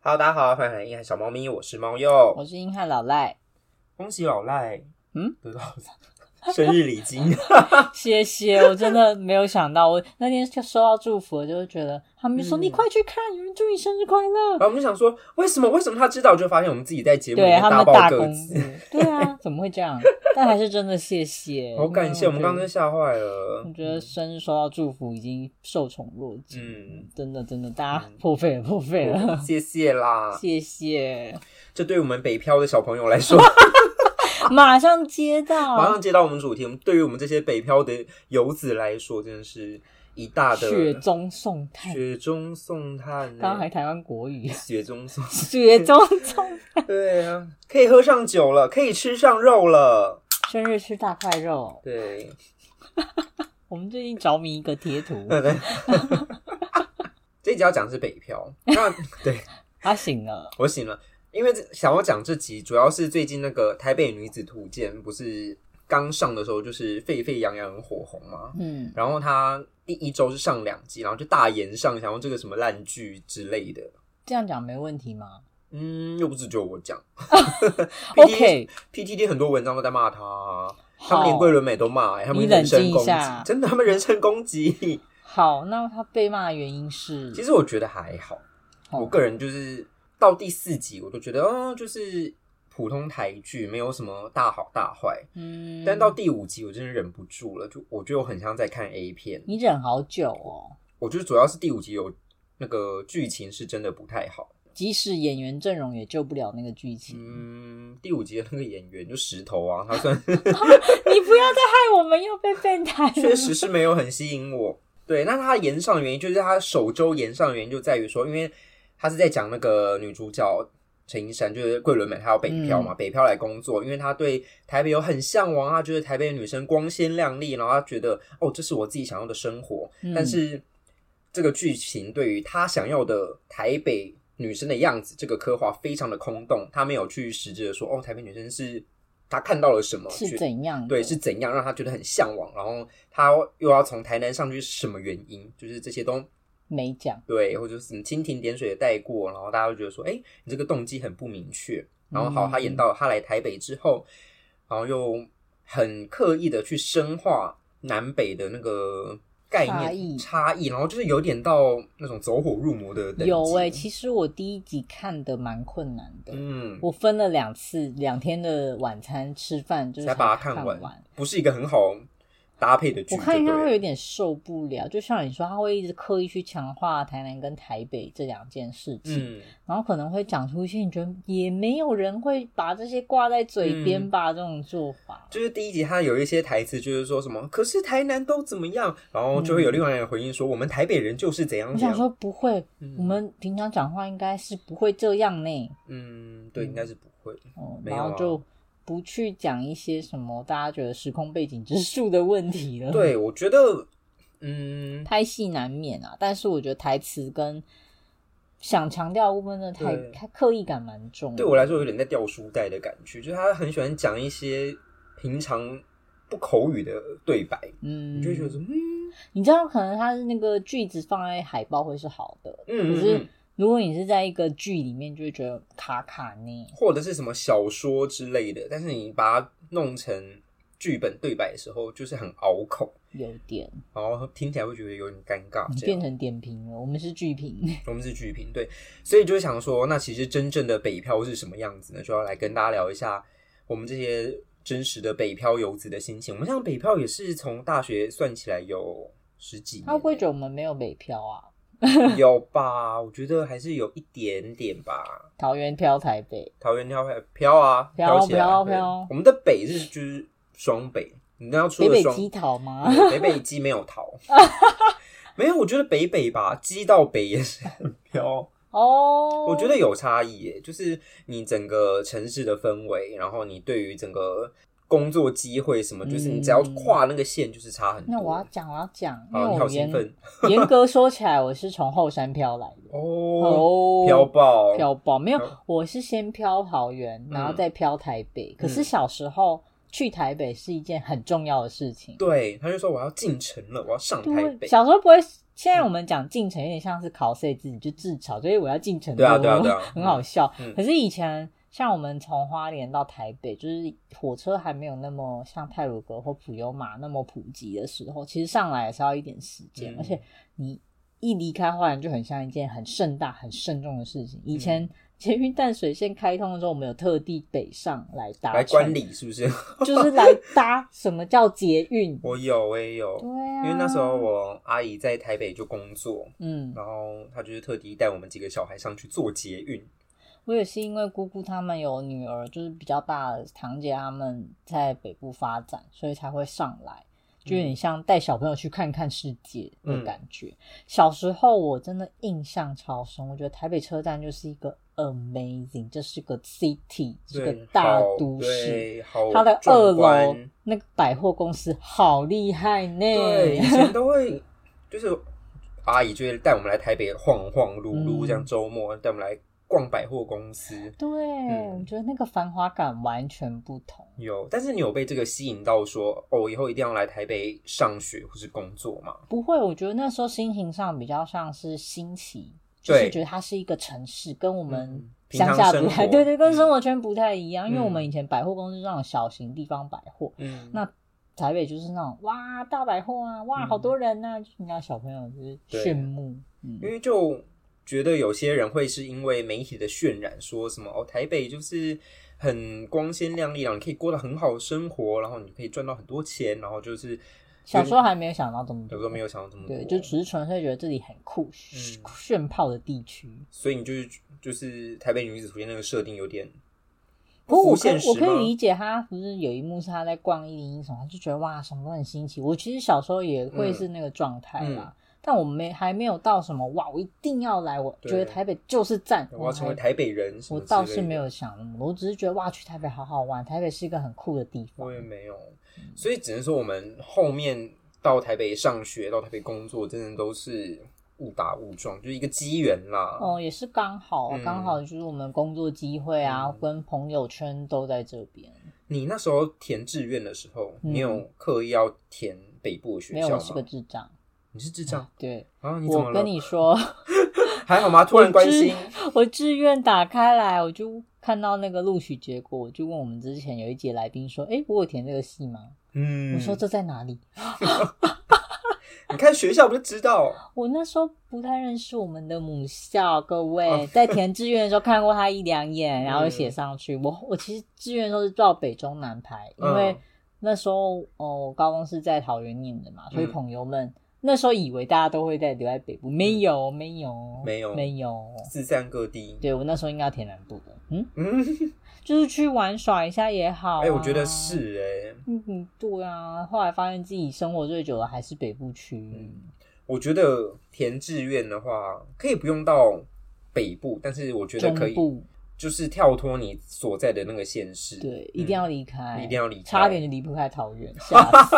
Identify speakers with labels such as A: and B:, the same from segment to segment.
A: Hello，大家好，欢迎来到硬汉小猫咪，我是猫鼬。
B: 我是硬汉老赖，
A: 恭喜老赖，
B: 嗯，
A: 得到 生日礼 金。
B: 谢谢，我真的没有想到，我那天就收到祝福，我就是觉得他们就说、
A: 嗯
B: 你快去看，有人祝你生日快乐
A: 然，后我们就想说，为什么？为什么他知道？就发现我们自己在节目里
B: 对
A: 面
B: 他
A: 大
B: 们
A: 爆
B: 大
A: 各
B: 公
A: 自
B: 布，，对啊，怎么会 这样？但还是真的谢谢，
A: 好感谢，我们刚刚
B: 真
A: 吓坏了。
B: 我觉得生日收到祝福已经受宠若惊，
A: 嗯，
B: 真的真的，大家
A: 嗯
B: 破费了破费
A: 嗯，
B: 了，
A: 谢谢啦。
B: 谢谢，
A: 这对我们北漂的小朋友来 说，
B: 马上接
A: 马
B: 到
A: 上接到我们主题，我们对于我们这些北漂的游子来说，真的是一大的
B: 雪中送炭，
A: 雪中送炭呢。
B: 刚刚还台湾国语，
A: 雪中送，
B: 雪中送炭，
A: 对啊，可以喝上酒了，可以吃上肉了。
B: 生日吃大块肉。
A: 对，
B: 我们最近着迷一个贴图，
A: 嗯这一集要讲的是北漂。那 对
B: 他醒了，
A: 我醒了，因为这想要讲这集，主要是最近那个《台北女子图鉴》不是刚上的时候就是沸沸扬扬、很火红嘛。
B: 嗯，
A: 然后它第一周是上两集，然后就大言上，想要这个什么烂剧之类的。
B: 这样讲没问题吗
A: 嗯，又不是只有我讲
B: ？OK，
A: PTT 很多文章都在骂他啊，他
B: 好
A: 们连桂纶镁都骂、欸，他们
B: 你冷
A: 人身
B: 静一
A: 攻击
B: 下，
A: 真的，他们人身攻 击。
B: 好，那他被骂的原因是，
A: 其实我觉得还好，
B: 哦
A: 我个人就是到第四集，我都觉得，哦，就是普通台剧，没有什么大好大坏。
B: 嗯，
A: 但到第五集，我真的忍不住了，就我觉得我很像在看 A 片。
B: 你忍好久哦，
A: 我觉得主要是第五集有那个剧情是真的不太好。
B: 即使演员阵容也救不了那个剧情，
A: 嗯，第五集的那个演员就石头啊，他算
B: 你不要再害我们又被变态了，
A: 确实是没有很吸引我。对，那他延上的原因就是他首周延上的原因就在于说，因为他是在讲那个女主角陈依珊，就是桂纶镁，她要北漂
B: 嗯
A: 嘛，北漂来工作，因为她对台北有很向往，她觉得台北的女生光鲜亮丽，然后她觉得哦，这是我自己想要的生活。
B: 嗯
A: 但是这个剧情对于她想要的台北女生的样子，这个刻画非常的空洞，她没有去实质的说哦，台北女生是她看到了什么，
B: 是
A: 去
B: 怎样的？
A: 对，是怎样让他觉得很向往，然后他又要从台南上去是什么原因？就是这些都
B: 没讲，
A: 对，或者是什么蜻蜓点水的带过，然后大家就觉得说，哎，你这个动机很不明确。然后好，他演到他来台北之后，然后又很刻意的去深化南北的那个概念
B: 差异
A: 差异，然后就是有点到那种走火入魔的等级。
B: 有哎、其实我第一集看的蛮困难的。
A: 嗯，
B: 我分了两次两天的晚餐吃饭，就是
A: 才把它
B: 看
A: 看完，不是一个很好搭配的剧
B: 我
A: 就对了。
B: 看一看会有点受不了，就像你说，他会一直刻意去强化台南跟台北这两件事情，
A: 嗯，
B: 然后可能会讲出一些你觉得也没有人会把这些挂在嘴
A: 嗯
B: 边吧、这种做法。
A: 就是第一集他有一些台词，就是说什么“可是台南都怎么样”，然后就会有另外一个人回应说：“我们台北人就是怎样
B: 嗯我
A: 怎
B: 想
A: 样。
B: 说不会，
A: 嗯
B: 我们平常讲话应该是不会这样呢，”
A: 嗯，对，应该是不会。
B: 哦，
A: 没有
B: 然
A: 啊
B: 后就不去讲一些什么大家觉得时空背景之数的问题了。，
A: 对，我觉得，嗯，
B: 拍戏难免啊，但是我觉得台词跟想强调的部分真的太
A: 对
B: 太刻意感蛮重的。
A: 对我来说有点在掉书袋的感觉，就是他很喜欢讲一些平常不口语的对白，
B: 嗯，
A: 你就会觉得说嗯
B: 你知道，可能它是那个句子放在海报会是好的，
A: 嗯嗯
B: 可是
A: 嗯，
B: 如果你是在一个剧里面，就会觉得卡卡呢。
A: 或者是什么小说之类的，但是你把它弄成剧本对白的时候，就是很拗口，
B: 有点
A: 然后听起来会觉得有点尴尬，这样
B: 变。成点评了，我们是剧评，
A: 我们是剧评，对，所以就是想说，那其实真正的北漂是什么样子呢？就要来跟大家聊一下我们这些真实的北漂游子的心情。我们像北漂也是从大学算起来有十几 年，
B: 他会不会觉得我们没有北漂啊？
A: 有吧？我觉得还是有一点点吧。
B: 桃园漂台北，
A: 桃园漂漂啊，
B: 漂
A: 起来
B: 漂
A: 对
B: 漂
A: 我们的北是就是双北，你那要出
B: 北
A: 了
B: 北
A: 双
B: 基桃吗？
A: 对北北基没有逃，没有，我觉得北北吧，基到北也是很飘。
B: 哦，
A: 我觉 得有差异耶，就是你整个城市的氛围，然后你对于整个工作机会什么，就是你只要跨那个线，就是差很多。
B: 嗯那我要讲，我要讲，因为
A: 好，你好
B: 我
A: 兴
B: 严
A: 奋
B: 严格说起来，我是从后山飘来的
A: 哦，
B: 哦，
A: 飘爆，
B: 漂泊，没有
A: 漂，
B: 我是先漂桃园，然后
A: 嗯
B: 再漂台北。可是小时候去台北是一件很重要的事情，
A: 对，他就说我要进城了，我要上台
B: 对，
A: 北，
B: 小时候不会现在我们讲进城有点像是 cos 自己，就自嘲，所以我要进城
A: 对啊对啊对啊
B: 很好笑。
A: 嗯嗯
B: 可是以前像我们从花莲到台北，就是火车还没有那么像泰鲁阁或普悠玛那么普及的时候，其实上来也是要一点时间，
A: 嗯
B: 而且你一离开花莲，就很像一件很盛大、很慎重的事
A: 嗯
B: 情。以前捷运淡水线开通的时候，我们有特地北上来搭
A: 来
B: 乘
A: 观，礼是不是？
B: 就是来搭什么叫捷运。
A: 我有，我也有
B: 对，啊，
A: 因为那时候我阿姨在台北就工作，
B: 嗯，
A: 然后她就是特地带我们几个小孩上去坐捷运。
B: 我也是因为姑姑他们有女儿，就是比较大的堂姐他们在北部发展，所以才会上来，就
A: 嗯
B: 有点像带小朋友去看看世界的感觉。小时候我真的印象超深，我觉得台北车站就是一个 amazing，这是个 city，是个
A: 对，
B: 大
A: 好
B: 都市。
A: 对好
B: 它的二
A: 壮
B: 楼
A: 观。
B: 那个百货公司好厉害呢，
A: 对，以前都会就是阿姨就会带我们来台北晃晃撸撸，
B: 嗯
A: 这样周末带我们来逛百货公司。
B: 对，
A: 嗯
B: 我觉得那个繁华感完全不同。
A: 有，但是你有被这个吸引到说，哦，以后一定要来台北上学或是工作吗？
B: 不会，我觉得那时候心情上比较像是新奇，就是
A: 对
B: 觉得它是一个城市，跟我们
A: 嗯平
B: 乡下
A: 常生
B: 不太，
A: 活
B: 对对，跟
A: 嗯
B: 生活圈不太一样。因为我们
A: 嗯
B: 以前百货公司是那种小型地方百货，
A: 嗯，
B: 那台北就是那种哇大百货啊，哇好
A: 嗯
B: 多人呐、就是你知道小朋友就是
A: 对
B: 炫目，嗯
A: 因为就觉得有些人会是因为媒体的渲染，说什么哦，台北就是很光鲜亮丽，然后你可以过得很好的生活，然后你可以赚到很多钱，然后就是
B: 小时候还没有想到这么
A: 有
B: 多
A: 时候，没有想到这么多，
B: 对，就只是纯粹觉得自己很酷、炫
A: 嗯
B: 炫炮的地区。
A: 所以你就是就是台北女子图鉴那个设定有点
B: 不过
A: 不
B: 我可
A: 现
B: 以我
A: 实
B: 可
A: 吗？
B: 以理解他，不是有一幕是他在逛一零一什么，他就觉得哇什么都很新奇。我其实小时候也
A: 嗯
B: 会是那个状态啦，但我没还没有到什么哇，我一定要来，我
A: 对
B: 觉得台北就是赞，
A: 我要成为
B: 还
A: 台北人什
B: 我
A: 么
B: 倒
A: 之
B: 是
A: 类
B: 没
A: 的
B: 有想那么多，我只是觉得哇，去台北好好玩，台北是一个很酷的地方
A: 我。也没有，所以只能说我们后面到台北上学，到台北工作，真的都是误打误撞，就是一个机缘啦。
B: 哦，也是刚好啊，
A: 嗯
B: 刚好就是我们工作机会啊，
A: 嗯
B: 跟朋友圈都在这边。
A: 你那时候填志愿的时候，
B: 嗯
A: 你有刻意要填北部的学
B: 没有，
A: 校
B: 我是个
A: 吗？
B: 智障。
A: 你是智障
B: 对，
A: 啊？你怎么
B: 我
A: 了
B: 跟？你说。
A: 还好 吗？突然关心，
B: 我志愿打开来，我就看到那个录取结果，我就问我们之前有一节来宾说：“诶，我有填这个系吗？”
A: 嗯，
B: 我说：“这在哪里
A: 你看学校不就知道？”？
B: 我那时候不太认识我们的母校，各 位在填志愿的时候看过他一两
A: 嗯
B: 眼，然后就写上去。我我其实志愿的时候是照北中南排，因为
A: 嗯
B: 那时候哦，我高中是在桃园念的嘛，所以
A: 嗯
B: 朋友们。那时候以为大家都会在留在北部，没有，没有，
A: 没有
B: 没有。
A: 四散各地，
B: 对我那时候应该要填南部的，嗯，
A: 嗯，
B: 就是去玩耍一下也好、啊。
A: 哎，我觉得。是哎，
B: 嗯，对啊。后来发现自己生活最久的还是北部区。
A: 嗯我觉得填志愿的话，可以不用到北部，但是我觉得
B: 中
A: 可以，
B: 部
A: 就是跳脱你所在的那个县市。
B: 对，
A: 嗯
B: 一定要离开，
A: 一定要离开
B: 差点就离不开桃 园，吓死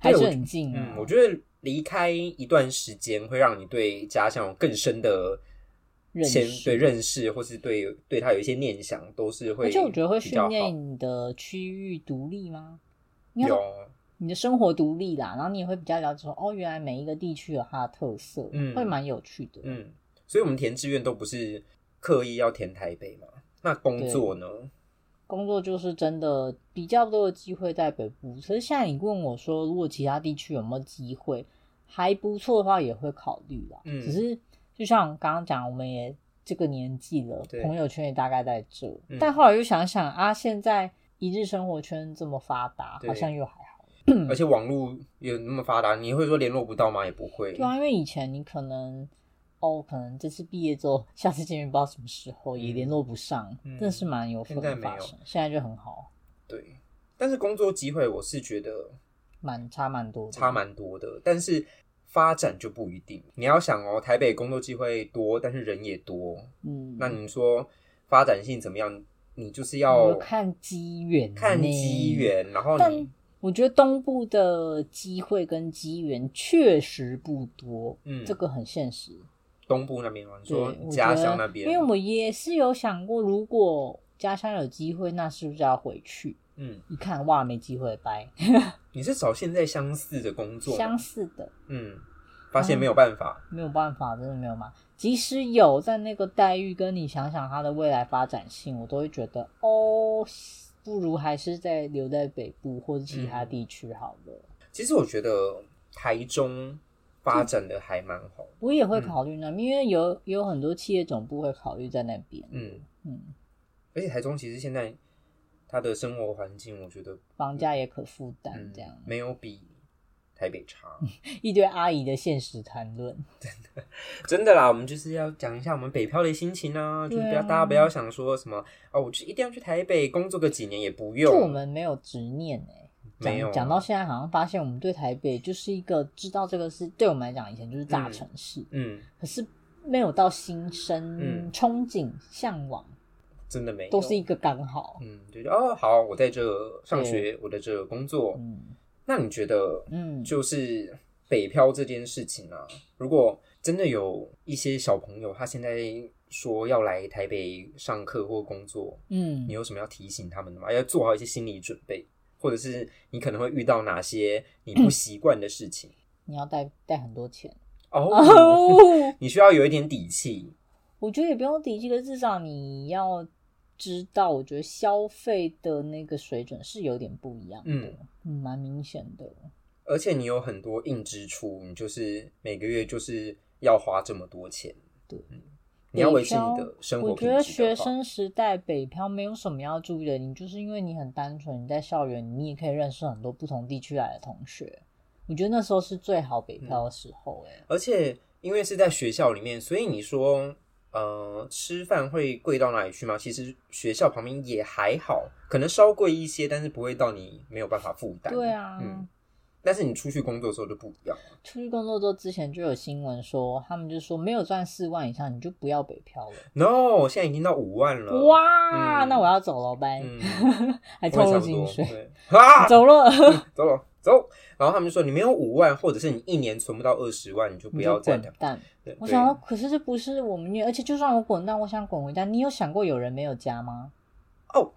B: 还是很近啊
A: 嗯，我觉得离开一段时间会让你对家乡有更深的
B: 认识
A: 前对认识，或是对对他有一些念想，都是会。
B: 而且我觉得会
A: 比
B: 训
A: 较好
B: 练你的区域独立吗？应该说
A: 有，
B: 你的生活独立啦，然后你也会比较了解说，哦，原来每一个地区有它的特色，
A: 嗯
B: 会蛮有趣的。
A: 嗯，所以我们填志愿都不是刻意要填台北嘛。那工作呢？
B: 工作就是真的比较多的机会在北部。可是现在你问我说，如果其他地区有没有机会，还不错的话，也会考虑啦。
A: 嗯
B: 只是就像刚刚讲，我们也这个年纪了，
A: 对
B: 朋友圈也大概在这。
A: 嗯
B: 但后来又想想啊，现在一日生活圈这么发达，
A: 对
B: 好像又还好。
A: 而且网络也那么发达，你会说联络不到吗？也不会。
B: 对啊，因为以前你可能。哦，可能这次毕业之后，下次见面不知道什么时候，也
A: 嗯
B: 联络不上，
A: 嗯
B: 真的是蛮有可
A: 现在
B: 能
A: 没
B: 发
A: 有
B: 生。现在就很好，
A: 对，但是工作机会我是觉得
B: 蛮差蛮多的，
A: 差蛮多的，但是发展就不一定。你要想哦，台北工作机会多，但是人也多，
B: 嗯。
A: 那你说发展性怎么样？你就是
B: 嗯我
A: 要
B: 看机缘，
A: 看机。缘，然后你
B: 但我觉得东部的机会跟机缘确实不多，
A: 嗯
B: 这个很现实。
A: 东部那边嘛，你
B: 对，
A: 说
B: 我
A: 家
B: 觉
A: 乡
B: 得
A: 那边，
B: 因为我也是有想过，如果家乡有机会，那是不是要回去？
A: 嗯，
B: 一看哇，没机会，拜。
A: 你是找现在相似的工作吗，
B: 相似的，
A: 嗯，发现没有办法，
B: 没有办法，真的没有嘛。即使有在那个待遇，跟你想想他的未来发展性，我都会觉得哦，不如还是在留在北部或者其他
A: 嗯
B: 地区好了。
A: 其实我觉得台中发展的还蛮好，
B: 我也
A: 嗯
B: 会考虑那，因为有有很多企业总部会考虑在那边。
A: 嗯，
B: 嗯，
A: 而且台中其实现在它的生活环境，我觉得
B: 房价也可负担
A: 嗯，
B: 这样。
A: 没有比台北差，
B: 一堆阿姨的现实谈论，
A: 真的啦。我们就是要讲一下我们北漂的心情啊，就是不要、
B: 对啊
A: 大家不要想说什么哦，我就一定要去台北工作个几年也不
B: 就我
A: 用，
B: 们没有执念哎、讲
A: 没有啊
B: 讲到现在，好像发现我们对台北就是一个知道这个是对我们来讲，以前就是大
A: 嗯
B: 城市，
A: 嗯，
B: 可是没有到心生、
A: 嗯
B: 憧憬、向往，
A: 真的没有，
B: 都是一个刚好。
A: 嗯，就觉得哦，好，我在这上学，我在这工作。
B: 嗯
A: 那你觉得，
B: 嗯，
A: 就是北漂这件事情啊，如果真的有一些小朋友他现在说要来台北上课或工作，
B: 嗯
A: 你，有什么要提醒他们的吗？要做好一些心理准备，或者是你可能会遇到哪些你不习惯的事情？
B: 你要带带很多钱
A: 哦，
B: 哦。
A: 你需要有一点底气。
B: 我觉得也不用底气，可是至少你要知道，我觉得消费的那个水准是有点不一样的，嗯，蛮明显的。
A: 而且你有很多硬支出，你就是每个月就是要花这么多钱，
B: 对
A: 嗯，你要维持你的生活
B: 我
A: 品质
B: 觉
A: 的话。
B: 得学生时代北漂没有什么要注意的，你就是因为你很单纯，你在校园你也可以认识很多不同地区来的同学。我觉得那时候是最好北漂
A: 嗯
B: 的时候、欸，哎、
A: 而且因为是在学校里面，所以你说，呃，吃饭会贵到哪里去吗？其实学校旁边也还好，可能稍贵一些，但是不会到你没有办法负担。
B: 对啊，
A: 嗯。但是你出去工作的时候就不一样了，
B: 出去工作之后之前就有新闻说，他们就说没有赚四万以上你就不要北漂了。
A: no，现在已经到五万了，，
B: 哇，
A: 嗯
B: 那我要走了，拜，
A: 嗯，
B: 还
A: 我
B: 透
A: 也差不
B: 露薪
A: 多，
B: 水，
A: 对，啊，
B: 走了，
A: 走了走。然后他们就说，你没有五万，或者是你一年存不到二十万，你就不
B: 你
A: 要
B: 就
A: 再
B: 滚
A: 谈。
B: 蛋。
A: 对
B: 我
A: 对
B: 想说，可是这不是我们虐，而且就算我滚蛋，我想滚回家，你有想过有人没有家吗？
A: 哦，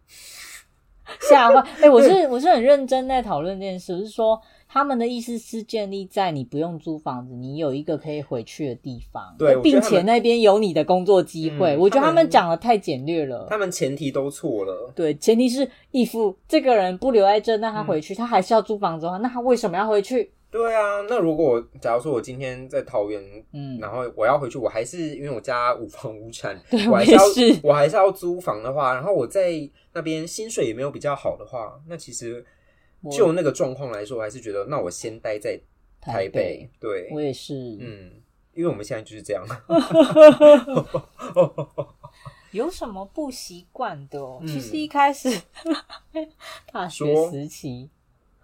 B: 吓坏！哎、我是我是很认真在讨论这件事，我是说他们的意思是建立在你不用租房子，你有一个可以回去的地方，
A: 对我觉
B: 并
A: 得他们
B: 且那边有你的工作机会。
A: 嗯
B: 我觉得
A: 他
B: 他
A: 们
B: 们讲的太简略了。
A: 他们前提都错了。
B: 对，前提是义父这个人不留在这，那
A: 嗯
B: 他回去，他还是要租房子的话，那他为什么要回去？
A: 对啊，那如果我假如说我今天在桃园，
B: 嗯，
A: 然后我要回去，我还是因为我家无房无产，
B: 对
A: 我还
B: 我
A: 是要
B: 也是
A: 我还是要租房的话，然后我在那边薪水也没有比较好的话，那其实
B: 我
A: 就那个状况来说，我还是觉得那我先待在
B: 台
A: 台
B: 北
A: 北，对，
B: 我也是，
A: 嗯，因为我们现在就是 这样，哦
B: 有什么不习惯的、哦？
A: 嗯
B: 其实一开始 大学
A: 说
B: 时期，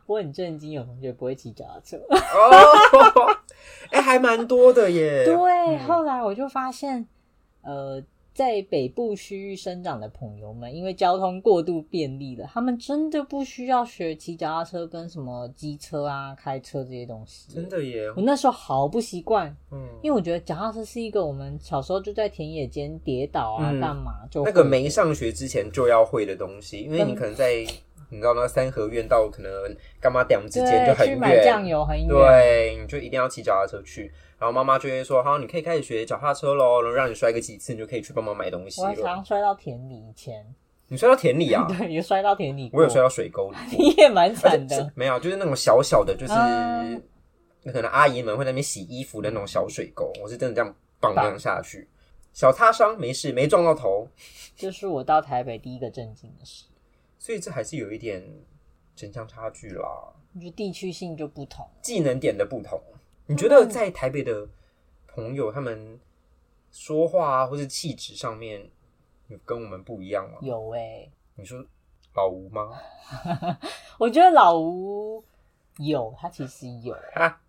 B: 我很震惊，有同学不会骑脚踏车。
A: 啊哦，哎、还蛮多的耶，
B: 对，
A: 嗯
B: 后来我就发现，呃，在北部区域生长的朋友们，因为交通过度便利了，他们真的不需要学骑脚踏车跟什么机车啊、开车这些东西。
A: 真，的耶，
B: 我那时候好不习惯，
A: 嗯，
B: 因为我觉得脚踏车是一个我们小时候就在田野间跌倒啊、
A: 嗯
B: 干嘛就
A: 那个
B: 会
A: 没上学之前就要会的东西，因为你可能在你知道那个三合院到可能干嘛点之间就
B: 对
A: 很
B: 去
A: 远，
B: 买酱油很远，
A: 对，你就一定要骑脚踏车去。然后妈妈就会说：“好，你可以开始学脚踏车喽，然后让你摔个几次，你就可以去帮忙买东西
B: 我还
A: 了。
B: 常摔到田里，以前、”？
A: 你摔到田里啊
B: 对，有摔到田里过，
A: 我有摔到水沟里过，
B: 你 也蛮
A: 而
B: 惨
A: 且是
B: 的。
A: 没有，啊就是那种小小的，就是、
B: 啊
A: 可能阿姨们会在那边洗衣服的那种小水沟，我是真的这样绑这样下
B: 嗯
A: 去，小擦伤没事，没撞到头，
B: 就是我到台北第一个震惊的事，
A: 所以这还是有一点城乡差距啦，
B: 我觉得地区性就不同。
A: 技能点的不同。你觉
B: 嗯
A: 得在台北的朋友他们说话啊，或是气质上面有跟我们不一样吗？
B: 有哎、
A: 你说老吴吗？
B: 我觉得老吴有，他其实有，他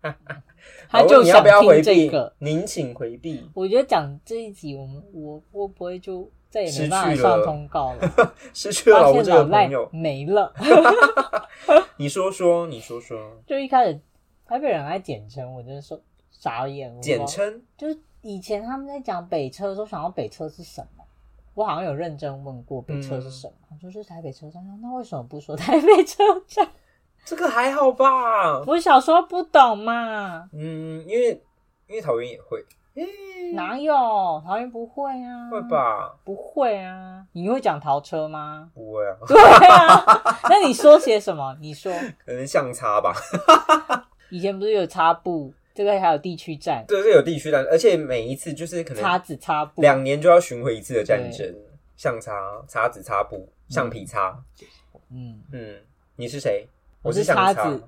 A: 老吴
B: 就
A: 你要
B: 想
A: 不要回
B: 听
A: 避？
B: 这个。
A: 您请回避。
B: 我觉得讲这一集，我们我我不会就再也
A: 失
B: 没
A: 去
B: 办法
A: 了
B: 上通告了，
A: 失去了
B: 发
A: 老吴
B: 现
A: 这个
B: 老赖
A: 朋友，
B: 没了。
A: 你说说，你说说，
B: 就一开始台北人很爱简称，我就是说傻眼，我
A: 简
B: 说
A: 称
B: 就是以前他们在讲北车的时候，想到北车是什么？我好像有认真问过北车是什么，
A: 嗯
B: 就是台北车站。那为什么不说台北车 站？
A: 这个还好吧？
B: 我小时候不懂嘛。
A: 嗯，因为因为桃园也会，
B: 哪有桃园不会啊？
A: 会？吧？？
B: 不会啊！你会讲桃车吗
A: 不会啊，
B: 对 啊，那你说些什么？你说
A: 可能相差吧。
B: 以前不是有擦布，这个还有地区站，
A: 对，是有地区的，而且每一次就是可
B: 擦
A: 能
B: 子擦布，
A: 两年就要巡回一次的战争，相差、叉子、擦布、橡皮擦。
B: 嗯，
A: 嗯，你是谁？
B: 我
A: 是
B: 是
A: 橡
B: 叉
A: 擦
B: 子。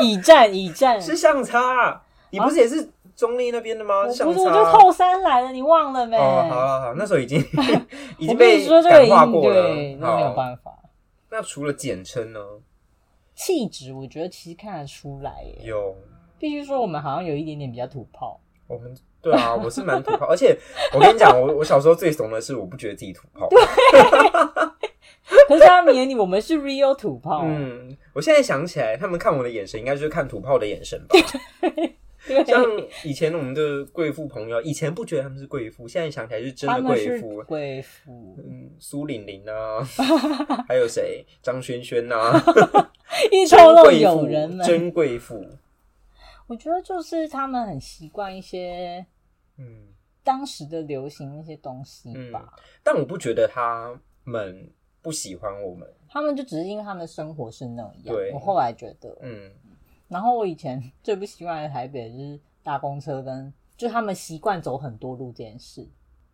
B: 以战以战，
A: 是相差。啊你不是也是中立那边的吗？
B: 我不是
A: 相
B: 啊我
A: 差。啊
B: 就后山来了，你忘了没？
A: 哦，好好好，那时候已 经 已
B: 我
A: 经
B: 跟你
A: 被
B: 说这个
A: 感
B: 已
A: 化
B: 经
A: 过了
B: 对，。那没有
A: 好，
B: 办法。
A: 那除了简称呢？
B: 气质，我觉得其实看得出来耶。
A: 有
B: 必须说，我们好像有一点点比较土炮。
A: 我们对啊，我是蛮土炮，而且我跟你讲，我我小时候最怂的是我不觉得自己土炮。
B: 可是在他们眼里，我们是 real 土炮，
A: 嗯，我现在想起来，他们看我的眼神，应该就是看土炮的眼神吧。
B: 对，
A: 像以前我们的贵妇朋友，以前不觉得他们是贵妇，现在想起来是真
B: 他
A: 的
B: 们
A: 贵
B: 是
A: 妇。
B: 贵妇，
A: 嗯，苏玲玲 啊，还有谁？张轩轩呐，
B: 一
A: 真
B: 透露
A: 贵
B: 友
A: 妇
B: 人，们。
A: 真贵妇。
B: 我觉得就是他们很习惯一些
A: 嗯。
B: 当时的流行那些东西吧，
A: 但我不觉得他们不喜欢我们。
B: 他们就只是因为他们的生活是那样
A: 对。
B: 我后来觉得，
A: 嗯，
B: 然后我以前 最不习惯的台北就是搭公车跟，就他们习惯走很多路这件事，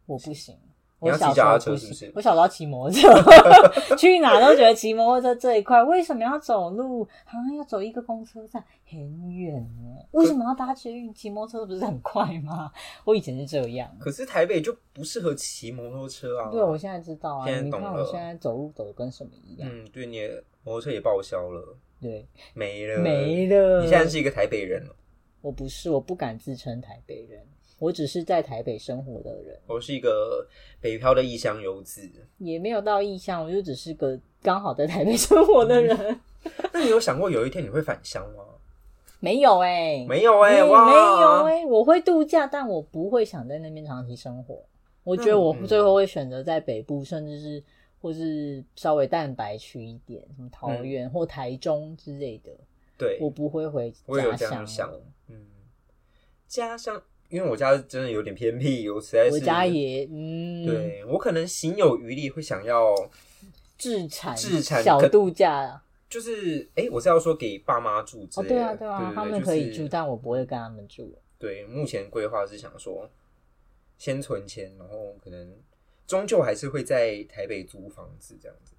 B: 我不行。
A: 你
B: 我
A: 要骑
B: 小时
A: 脚
B: 候
A: 踏车
B: 不
A: 是不
B: 行，
A: 是
B: 我小时候骑摩托车， 去哪都觉得骑摩托车这一块，为什么要走路？好像要走一个公车站，很远呢。为什么要搭捷运？骑摩托车不是很快吗？我以前是这样。
A: 可是台北就不适合骑摩托车啊。
B: 对，我现在知道啊。
A: 现在
B: 你
A: 懂
B: 看
A: 了
B: 我现在走路走的跟什么一样？
A: 嗯，对，你的摩托车也报销了，
B: 对，
A: 没了，
B: 没。了。
A: 呃你现在是一个台北人了，
B: 我不是，我不敢自称台北人，我只是在台北生活的人，
A: 我是一个北漂的异乡游子。
B: 也没有到异乡，我就只是个刚好在台北生活的人。
A: 嗯那你有想过有一天你会返乡吗？
B: 没有哎、
A: 没有哎、哇，
B: 没有哎、我会度假，但我不会想在那边长期生活。我觉得我
A: 嗯嗯
B: 最后会选择在北部，甚至是或是稍微蛋白区一点，什么桃园、或台中之类的，
A: 嗯对，
B: 我不会回
A: 我也有
B: 家
A: 这
B: 乡
A: 样想
B: 了。。
A: 嗯，家乡，因为我家真的有点偏僻，我实在是
B: 我家也嗯，，
A: 对我可能行有余力会想要
B: 自产
A: 自产
B: 小
A: 可
B: 度假啊。
A: 就是哎、诶我是要说给爸妈住之
B: 哦，
A: 类的，
B: 对啊，对啊，他们可以
A: 就
B: 住，
A: 是
B: 但我不会跟他们住。
A: 对，目前规划是想说，先存钱，然后可能终究还是会在台北租房子这样子。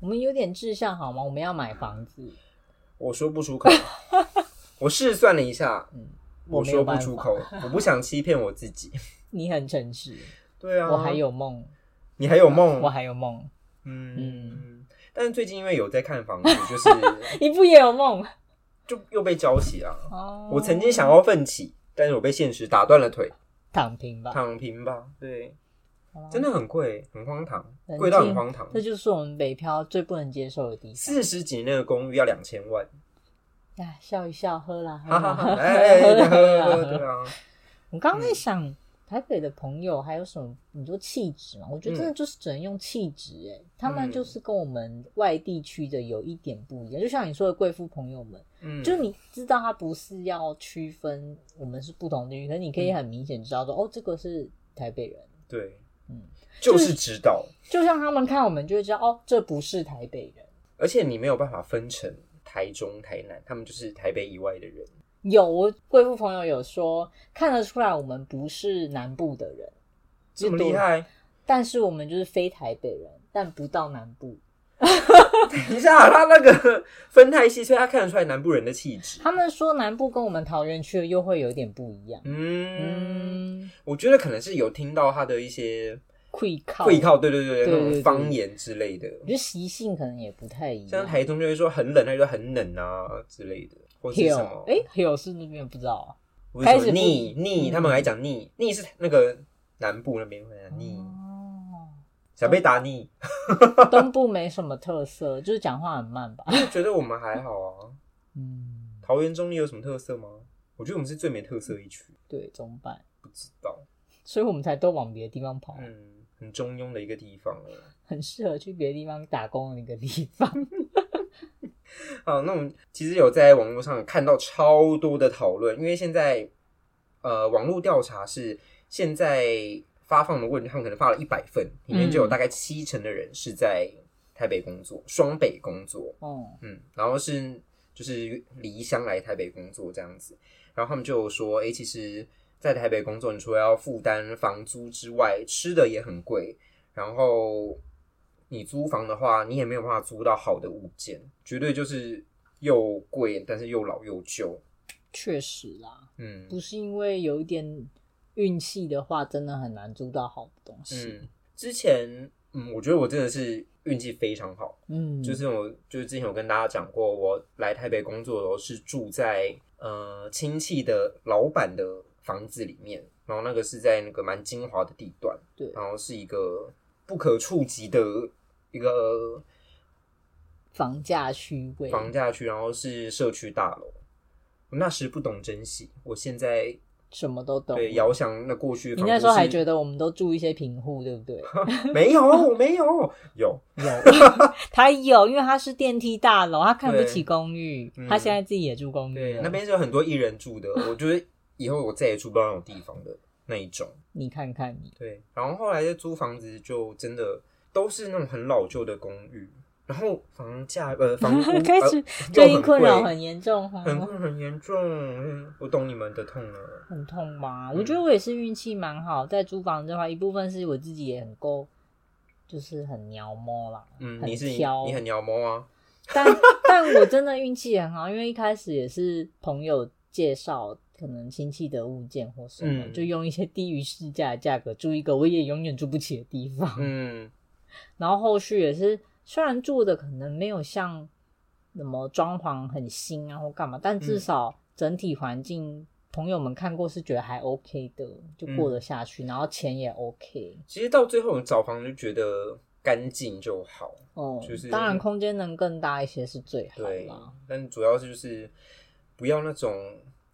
B: 我们有点志向好吗？我们要买房子，
A: 我说不出口，我试算了一下，
B: 嗯
A: 我
B: 没
A: 说
B: 有
A: 不
B: 办
A: 出
B: 法。
A: 口，我不想欺骗我自 己。
B: 你很诚实，
A: 对啊，
B: 我还，有梦，
A: 你还有梦
B: 我，还有梦，
A: 嗯。但是最近因为有在看房子，就是
B: 你不也有梦？
A: 就又被浇起了。
B: 哦，
A: 我曾经想要奋起，但是我被现实打断了腿，
B: 躺平吧，
A: 躺平吧。对，
B: 好吧
A: 真的很贵，很荒唐，
B: 冷静
A: 贵到很荒唐。
B: 这就是我们北漂最不能接受的地方。
A: 四十几那个公寓要两千 万，
B: 哎，笑一笑，喝啦，喝
A: 哈哈
B: 啦，
A: 哈！
B: 喝
A: 哎，对
B: 啦，喝
A: 啊
B: 啦。
A: 对啊，
B: 我刚刚在想，台北的朋友还有什么？你说气质嘛，我觉得真的就是只能用气质哎、他们就是跟我们外地区的有一点不一样，就像你说的贵妇朋友们，
A: 嗯，
B: 就你知道他不是要区分我们是不同地域，可是你可以很明显知道说，哦，这个是台北人，
A: 对，
B: 嗯
A: 就是指导，
B: 就像他们看我们就会知道，哦，这不是台北人。
A: 而且你没有办法分成台中、台南，他们就是台北以外的人。
B: 有我贵妇朋友有说看得出来我们不是南部的人，
A: 这么厉害？
B: 但是我们就是非台北人，但不到南部。
A: 等一下，他那个分太细，所以他看得出来南部人的气质。
B: 他们说南部跟我们桃园区的又会有点不一样。
A: 嗯，
B: 嗯，
A: 我觉得可能是有听到他的一些
B: 会靠
A: 会，靠，对对对，那
B: 对对对
A: 种方言之类的。
B: 我觉得习性可能也不太一
A: 像
B: 样。
A: 台中就会说很冷，他就说很冷啊之类的，或是什
B: hill，
A: 么。
B: 哎，hill 是那边不知道啊
A: 我是说
B: 开始不
A: 腻腻，
B: 嗯
A: 他们还讲腻腻是那个南部那边会
B: 啊
A: 讲腻，
B: 哦，
A: 小贝打 腻，
B: 东部没什么特色，就是讲话很慢吧。
A: 我觉得我们还好啊。
B: 嗯，
A: 桃园中立有什么特色吗？我觉得我们是最没特色一区，
B: 对，怎么办？
A: 不知道，
B: 所以我们才都往别的地方跑，
A: 嗯，很中庸的一个地方了。
B: 很适合去别的地方打工的一个地方。
A: 好，那我们其实有在网络上看到超多的讨论，因为现在呃，网络调查是现在发放的问卷，他们可能发了一百份，里面就有大概七成的人是在台北工作，双北工作，
B: 哦，
A: 嗯，然后是就是离乡来台北工作这样子，然后他们就有说，诶，其实，在台北工作，你除了要负担房租之外，吃的也很贵，然后你租房的话，你也没有办法租到好的物件，绝对就是又贵，但是又老又旧，
B: 确实啦，
A: 嗯
B: 不是因为有一点运气的话，真的很难租到好的东西。
A: 嗯，之前嗯，我觉得我真的是运气非常好，
B: 嗯，
A: 就是我就是之前有跟大家讲过，我来台北工作的时候是住在呃亲戚的老板的房子里面，然后那个是在那个蛮精华的地段，
B: 对
A: 然后是一个不可触及的一个
B: 房价虚位，
A: 房价区，然后是社区大楼。我那时不懂珍惜，我现在
B: 什么都懂。
A: 对遥想那过去的
B: 你
A: 房租是，
B: 那时候还觉得我们都住一些贫户，对不 对？
A: 没有，我没有， 有
B: 他有，因为他是电梯大楼，他看不
A: 对
B: 起公寓，
A: 嗯
B: 他现在自己也住公寓
A: 对
B: 了。
A: 那边是有很多艺人住的，我觉得以后我再也住不到那种地方的那一种。
B: 你看看你，
A: 对，然后后来就租房子，就真的都是那种很老旧的公寓，然后房价呃房屋
B: 开始
A: 呃
B: 最
A: 又
B: 近
A: 很
B: 困扰
A: 贵
B: 很严重哈，
A: 很困很严重，嗯我懂你们的痛了。
B: 很痛吗？
A: 嗯
B: 我觉得我也是运气蛮好，在租房这块，一部分是我自己也很够，就是很鸟摸啦，
A: 嗯，
B: 很
A: 你是你
B: 挑，
A: 你很鸟毛啊，
B: 但但我真的运气也很好，因为一开始也是朋友介绍，可能亲戚的物件或什么，
A: 嗯
B: 就用一些低于市价的价格住一个我也永远住不起的地方。
A: 嗯
B: 然后后续也是，虽然住的可能没有像什么装潢很新啊或干嘛，但
A: 嗯
B: 至少整体环境、朋友们看过是觉得还 OK 的，就过
A: 嗯
B: 得下去，然后钱也 OK。
A: 其实到最后找房就觉得干净就好，
B: 哦、
A: 就是
B: 当然空间能更大一些是最好
A: 对
B: 啦。，
A: 但主要是就是不要那种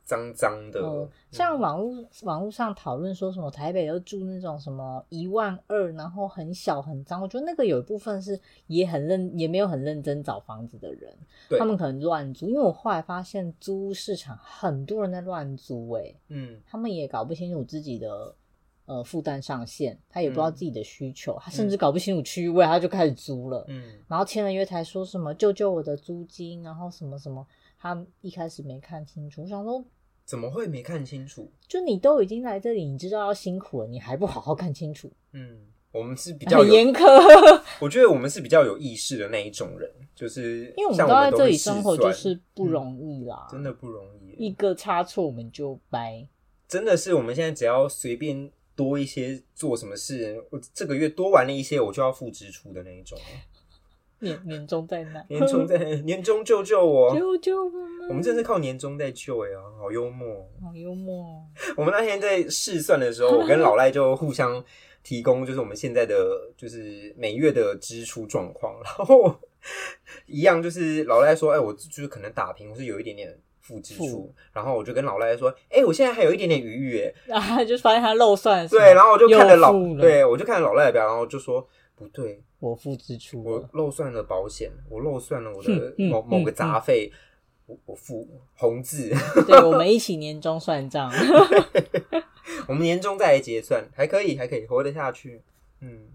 A: 脏脏的，
B: 嗯
A: 嗯，
B: 像网络网络上讨论说什么台北都住那种什么一万二，然后很小很脏，我觉得那个有一部分是也很认也没有很认真找房子的人，
A: 对
B: 他们可能乱租。因为我后来发现租屋市场很多人在乱租、欸，
A: 嗯
B: 他们也搞不清楚自己的呃负担上限，他也不知道
A: 嗯
B: 自己的需求，他甚至搞不清楚区位，他就开始租了。
A: 嗯
B: 然后签了约才说什么救救我的租金，然后什么什么，他一开始没看清楚，我想说
A: 怎么会没看清楚？
B: 就你都已经来这里，你知道要辛苦了，你还不好好看清楚，
A: 嗯，我们是比较
B: 很
A: 有
B: 严苛。
A: 我觉得我们是比较有意识的那一种人，就是
B: 因为我们
A: 像
B: 都
A: 我
B: 在
A: 们
B: 这
A: 会
B: 里
A: 试
B: 生活，就
A: 算嗯
B: 是不容易啦，
A: 真的不容易
B: 一
A: 耶，
B: 个差错我们就掰。
A: 真的是我们现在只要随便多一些做什么事，我这个月多玩了一些，我就要付支出的那 一种。
B: 年年终在哪？
A: 年终 在年终救救我，
B: 救救我们！
A: 我们真的是靠年终在救哎、啊，好幽默哦。
B: 好幽默哦，
A: 我们那天在试算的时候，我跟老赖就互相提供，就是我们现在的就是每月的支出状况，然后一样就是老赖说，哎、我就是可能打平，我是有一点点负支出
B: 负，
A: 然后我就跟老赖说，哎、我现在还有一点点余裕，哎，
B: 然后啊他就发现他漏算了什么，
A: 对，然后我就看着老
B: 又付，了
A: 对我就看着老赖的表，然后就说。不对，
B: 我付支出
A: 我
B: 了，
A: 漏算了保险，我漏算了我的
B: 嗯嗯
A: 某某个
B: 嗯
A: 杂费，我我付红字，
B: 对，我们一起年终算账。
A: 我们年终再来结算，还可以，还可以活得下去。嗯，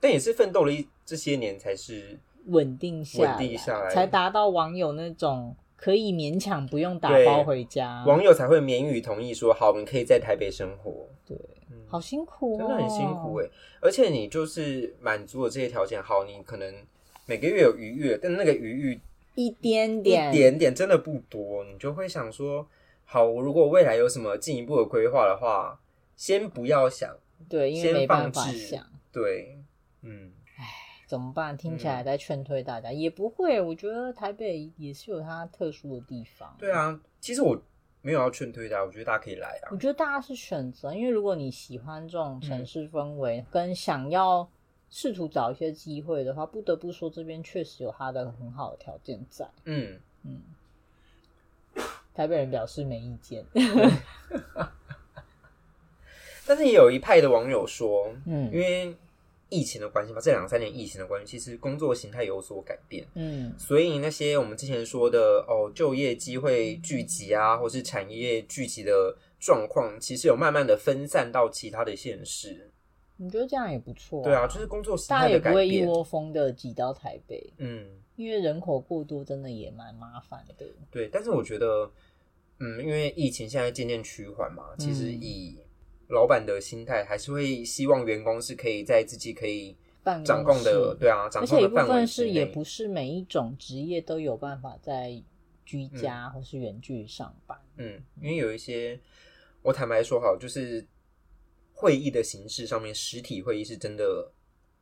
A: 但也是奋斗了一这些年，才是
B: 稳定下来，
A: 稳定下来
B: 才达到网友那种可以勉强不用打
A: 对
B: 包回家。
A: 网友才会免予同意说，好，我们可以在台北生活。
B: 对，
A: 嗯，
B: 好辛苦、哦，
A: 真的很辛苦哎、而且你就是满足了这些条件，好，你可能每个月有余裕，但那个余裕
B: 一点
A: 一
B: 点，
A: 点点真的不多，你就会想说，好，我如果未来有什么进一步的规划的话，先不要想，
B: 对，因为
A: 先
B: 没办
A: 放
B: 法
A: 置
B: 想，
A: 对，嗯。
B: 怎么办？听起来在劝退大家，也不会。我觉得台北也是有它特殊的地方。
A: 对，啊，其实我没有要劝退大家，我觉得大家可以来啊
B: 我。觉得大家是选择，因为如果你喜欢这种
A: 嗯
B: 城市氛围，跟想要试图找一些机会的话，不得不说这边确实有它的很好的条件在。
A: 嗯，
B: 嗯，台北人表示没意见。
A: 但是也有一派的网友说，
B: 嗯
A: 因为疫情的关系吧，这两三年疫情的关系，其实工作形态有所改变。
B: 嗯
A: 所以那些我们之前说的哦，就业机会聚集啊，或是产业聚集的状况，其实有慢慢的分散到其他的县市。
B: 你觉得这样也不错、
A: 对啊，就是工作形
B: 大家
A: 态
B: 也
A: 的
B: 不
A: 改
B: 会一
A: 变。
B: 窝蜂的挤到台北，
A: 嗯，
B: 因为人口过多真的也蛮麻烦的。
A: 对。但是我觉得，嗯，因为疫情现在渐渐趋缓嘛，其实
B: 嗯
A: 以老板的心态，还是会希望员工是可以在自己可以
B: 办
A: 掌
B: 公
A: 控的，
B: 室
A: 对啊，掌控
B: 而且一
A: 的
B: 部
A: 范围
B: 分
A: 之
B: 是
A: 内
B: 也不是每一种职业都有办法在居家或是远距上班。
A: 嗯，因为有一些，我坦白说好，就是会议的形式上面，实体会议是真的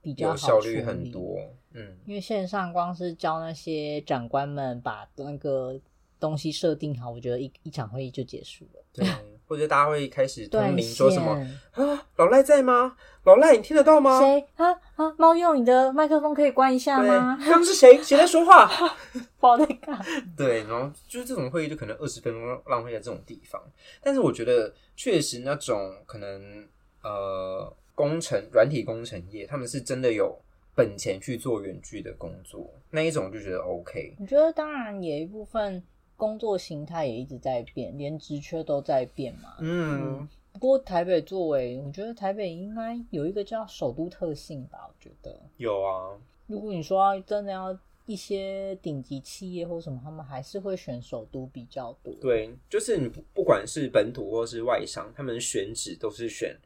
B: 比较
A: 有
B: 好
A: 效率
B: 处
A: 很
B: 理
A: 多。嗯，
B: 因为线上光是教那些长官们把那个东西设定好，我觉得一一场会议就结束了。
A: 对，或者大家会开始通
B: 断
A: 灵
B: 线，
A: 说什么啊，老赖在吗？老赖，你听得到吗？
B: 谁啊啊？猫用你的麦克风可以关一下
A: 对，
B: 吗
A: 刚？刚是谁？谁在说话？
B: 不知道在干嘛。
A: 对，然后就是这种会议就可能二十分钟浪费在这种地方。但是我觉得确实那种可能呃工程软体工程业，他们是真的有本钱去做远距的工作，那一种就觉得 OK。
B: 我觉得当然也一部分工作形态也一直在变，连职缺都在变嘛。
A: 嗯
B: 嗯，不过台北作为，我觉得台北应该有一个叫首都特性吧。我觉得，
A: 有啊，
B: 如果你说要真的要一些顶级企业或什么，他们还是会选首都比较多。
A: 对，就是你不不管是本土或是外商，他们选址都是选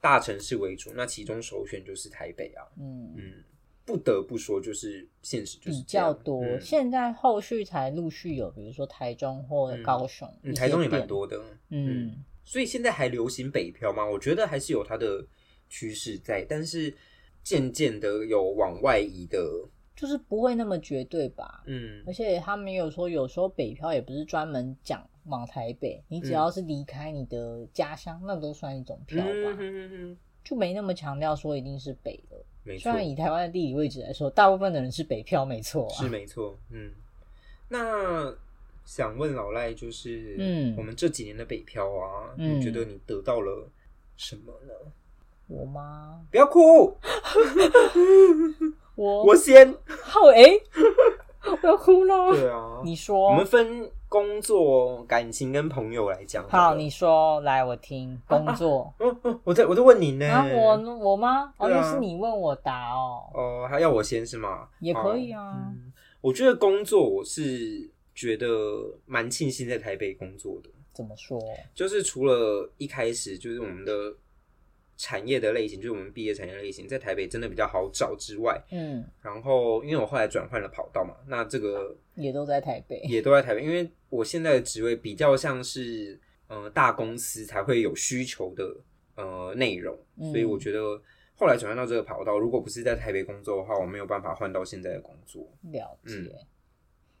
A: 大城市为主，那其中首选就是台北啊。
B: 嗯，
A: 嗯，不得不说，就是现实就是
B: 比
A: 这样
B: 较多。
A: 嗯
B: 现在后续才陆续有，比如说台中或
A: 嗯
B: 高雄一
A: 嗯，
B: 些店、
A: 台中也蛮多的。嗯
B: 嗯
A: 所以现在还流行北漂吗？我觉得还是有它的趋势在，但是渐渐的有往外移的，
B: 就是不会那么绝对吧。
A: 嗯
B: 而且他们也有说，有时候北漂也不是专门讲往台北，你只要是离开你的家乡，那都算一种漂
A: 嗯
B: 吧，
A: 哼哼
B: 就没那么强调说一定是北了。
A: 没错，
B: 虽然以台湾的地理位置来说，大部分的人是北漂，没错
A: 是
B: 啊。
A: 没错，嗯。那想问老赖，就是
B: 嗯
A: 我们这几年的北漂啊，
B: 嗯
A: 你觉得你得到了什么呢？
B: 我吗？
A: 不要哭，
B: 我
A: 我先。
B: 好哎，我要哭了。
A: 对啊，
B: 你
A: 我
B: 说
A: 们分工作、感情跟朋友来讲了。
B: 好，你说来，我听。工 作
A: 嗯嗯，我在我在问你呢。
B: 啊，我我吗？哦，
A: 哎对啊
B: 又是你问我答哦。
A: 哦，还要我先是吗？
B: 也可以
A: 哦
B: 啊
A: 嗯我觉得工作我是觉得蛮庆幸在台北工作的，
B: 怎么说？
A: 就是除了一开始就是我们的产业的类型，就是我们毕业产业类型，在台北真的比较好找之外，
B: 嗯，
A: 然后因为我后来转换了跑道嘛，那这个
B: 也都在台北。
A: 也都在台北，因为我现在的职位比较像是呃大公司才会有需求的呃内容，
B: 嗯
A: 所以我觉得后来转换到这个跑道，如果不是在台北工作的话，我没有办法换到现在的工作。
B: 了解。
A: 嗯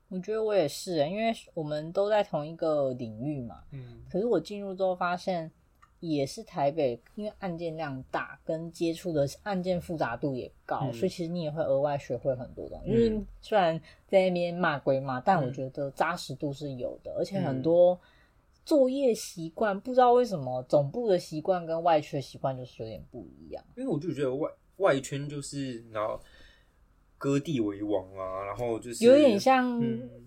B: 我觉得我也是、因为我们都在同一个领域嘛。
A: 嗯
B: 可是我进入之后发现，也是台北，因为案件量大，跟接触的案件复杂度也高，
A: 嗯
B: 所以其实你也会额外学会很多东西。
A: 嗯
B: 因为虽然在那边骂归骂，但
A: 嗯
B: 我觉得扎实度是有的，而且
A: 嗯
B: 很多。作业习惯不知道为什么总部的习惯跟外区的习惯就是有点不一样，
A: 因为我就觉得外外圈就是然后割地为王啊，然后就是
B: 有点像
A: 嗯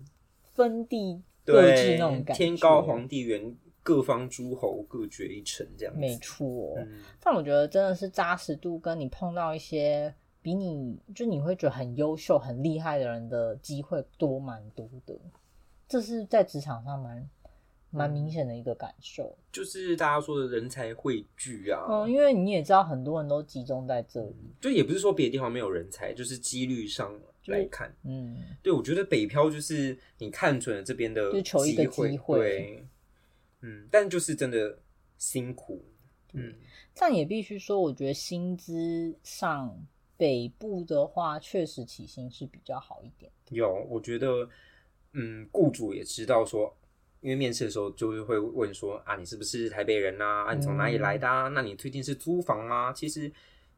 B: 分地各自
A: 对
B: 那种感觉。
A: 天高皇帝远，各方诸侯各决一城这样子。
B: 没错、
A: 嗯
B: 但我觉得真的是扎实度，跟你碰到一些比你就你会觉得很优秀、很厉害的人的机会多蛮多的，这是在职场上蛮蛮明显的一个感受。
A: 就是大家说的人才汇聚啊，
B: 嗯，因为你也知道很多人都集中在这里，
A: 就也不是说别的地方没有人才，就是几率上来看，
B: 嗯，
A: 对我觉得北漂就是你看准了这边的
B: 就求一个机会
A: 对，嗯，但就是真的辛苦，嗯
B: 但也必须说，我觉得薪资上北部的话，确实起薪是比较好一点。
A: 有，我觉得，嗯，雇主也知道说，因为面试的时候就是会问说啊，你是不是台北人呐、啊？你从哪里来的、啊？那你最近是租房吗？其实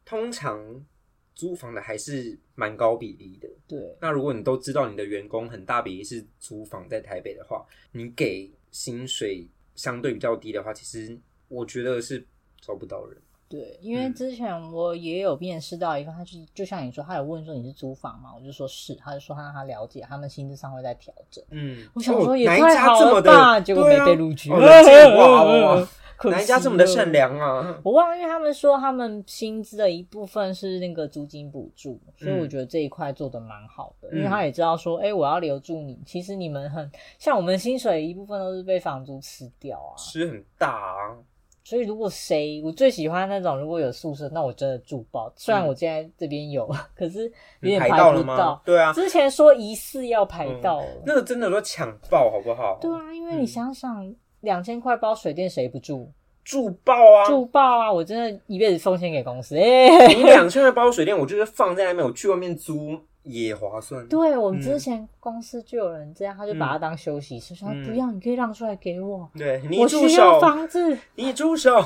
A: 通常租房的还是蛮高比例的。
B: 对，
A: 那如果你都知道你的员工很大比例是租房在台北的话，你给薪水相对比较低的话，其实我觉得是招不到人。
B: 对，因
A: 嗯
B: 为之前我也有面试到一个，他就就像你说，他有问说你是租房嘛，我就说是，他就说他让他了解，他们薪资上会在调整。
A: 嗯，
B: 我想说也
A: 哪一
B: 太
A: 家
B: 好
A: 这么
B: 了吧，
A: 的，
B: 结果没
A: 对啊
B: 被录取。
A: 哦人间 哇哇哇
B: 可惜
A: 哪一家这么的
B: 了
A: 善 良啊？
B: 我忘了，因为他们说他们薪资的一部分是那个租金补助，所以我觉得这一块做的蛮好的，
A: 嗯
B: 因为他也知道说，哎、我要留住你。其实你们很像我们薪水一部分都是被房租吃掉啊，
A: 吃很大啊，
B: 所以如果谁我最喜欢那种如果有宿舍，那我真的住爆。虽然我现在这边有， 可是有
A: 嗯你
B: 点
A: 排
B: 排
A: 到
B: 不
A: 了吗？对啊，
B: 之前说疑似要排到了，
A: 那个真的都抢爆好不好？
B: 对啊，因为
A: 嗯
B: 你想想，两千块包水电谁不住？
A: 住爆啊！
B: 住爆啊！我真的一辈子奉献给公司， 哎、
A: 你两千块包水电，我就是放在那边，我去外面租也划算。
B: 对我
A: 嗯
B: 们之前公司就有人这样，他就把它当休息室，说
A: 嗯
B: 不要，你可以让出来给我，
A: 对，你
B: 我
A: 住
B: 需要
A: 手，
B: 房子。
A: 你住 手，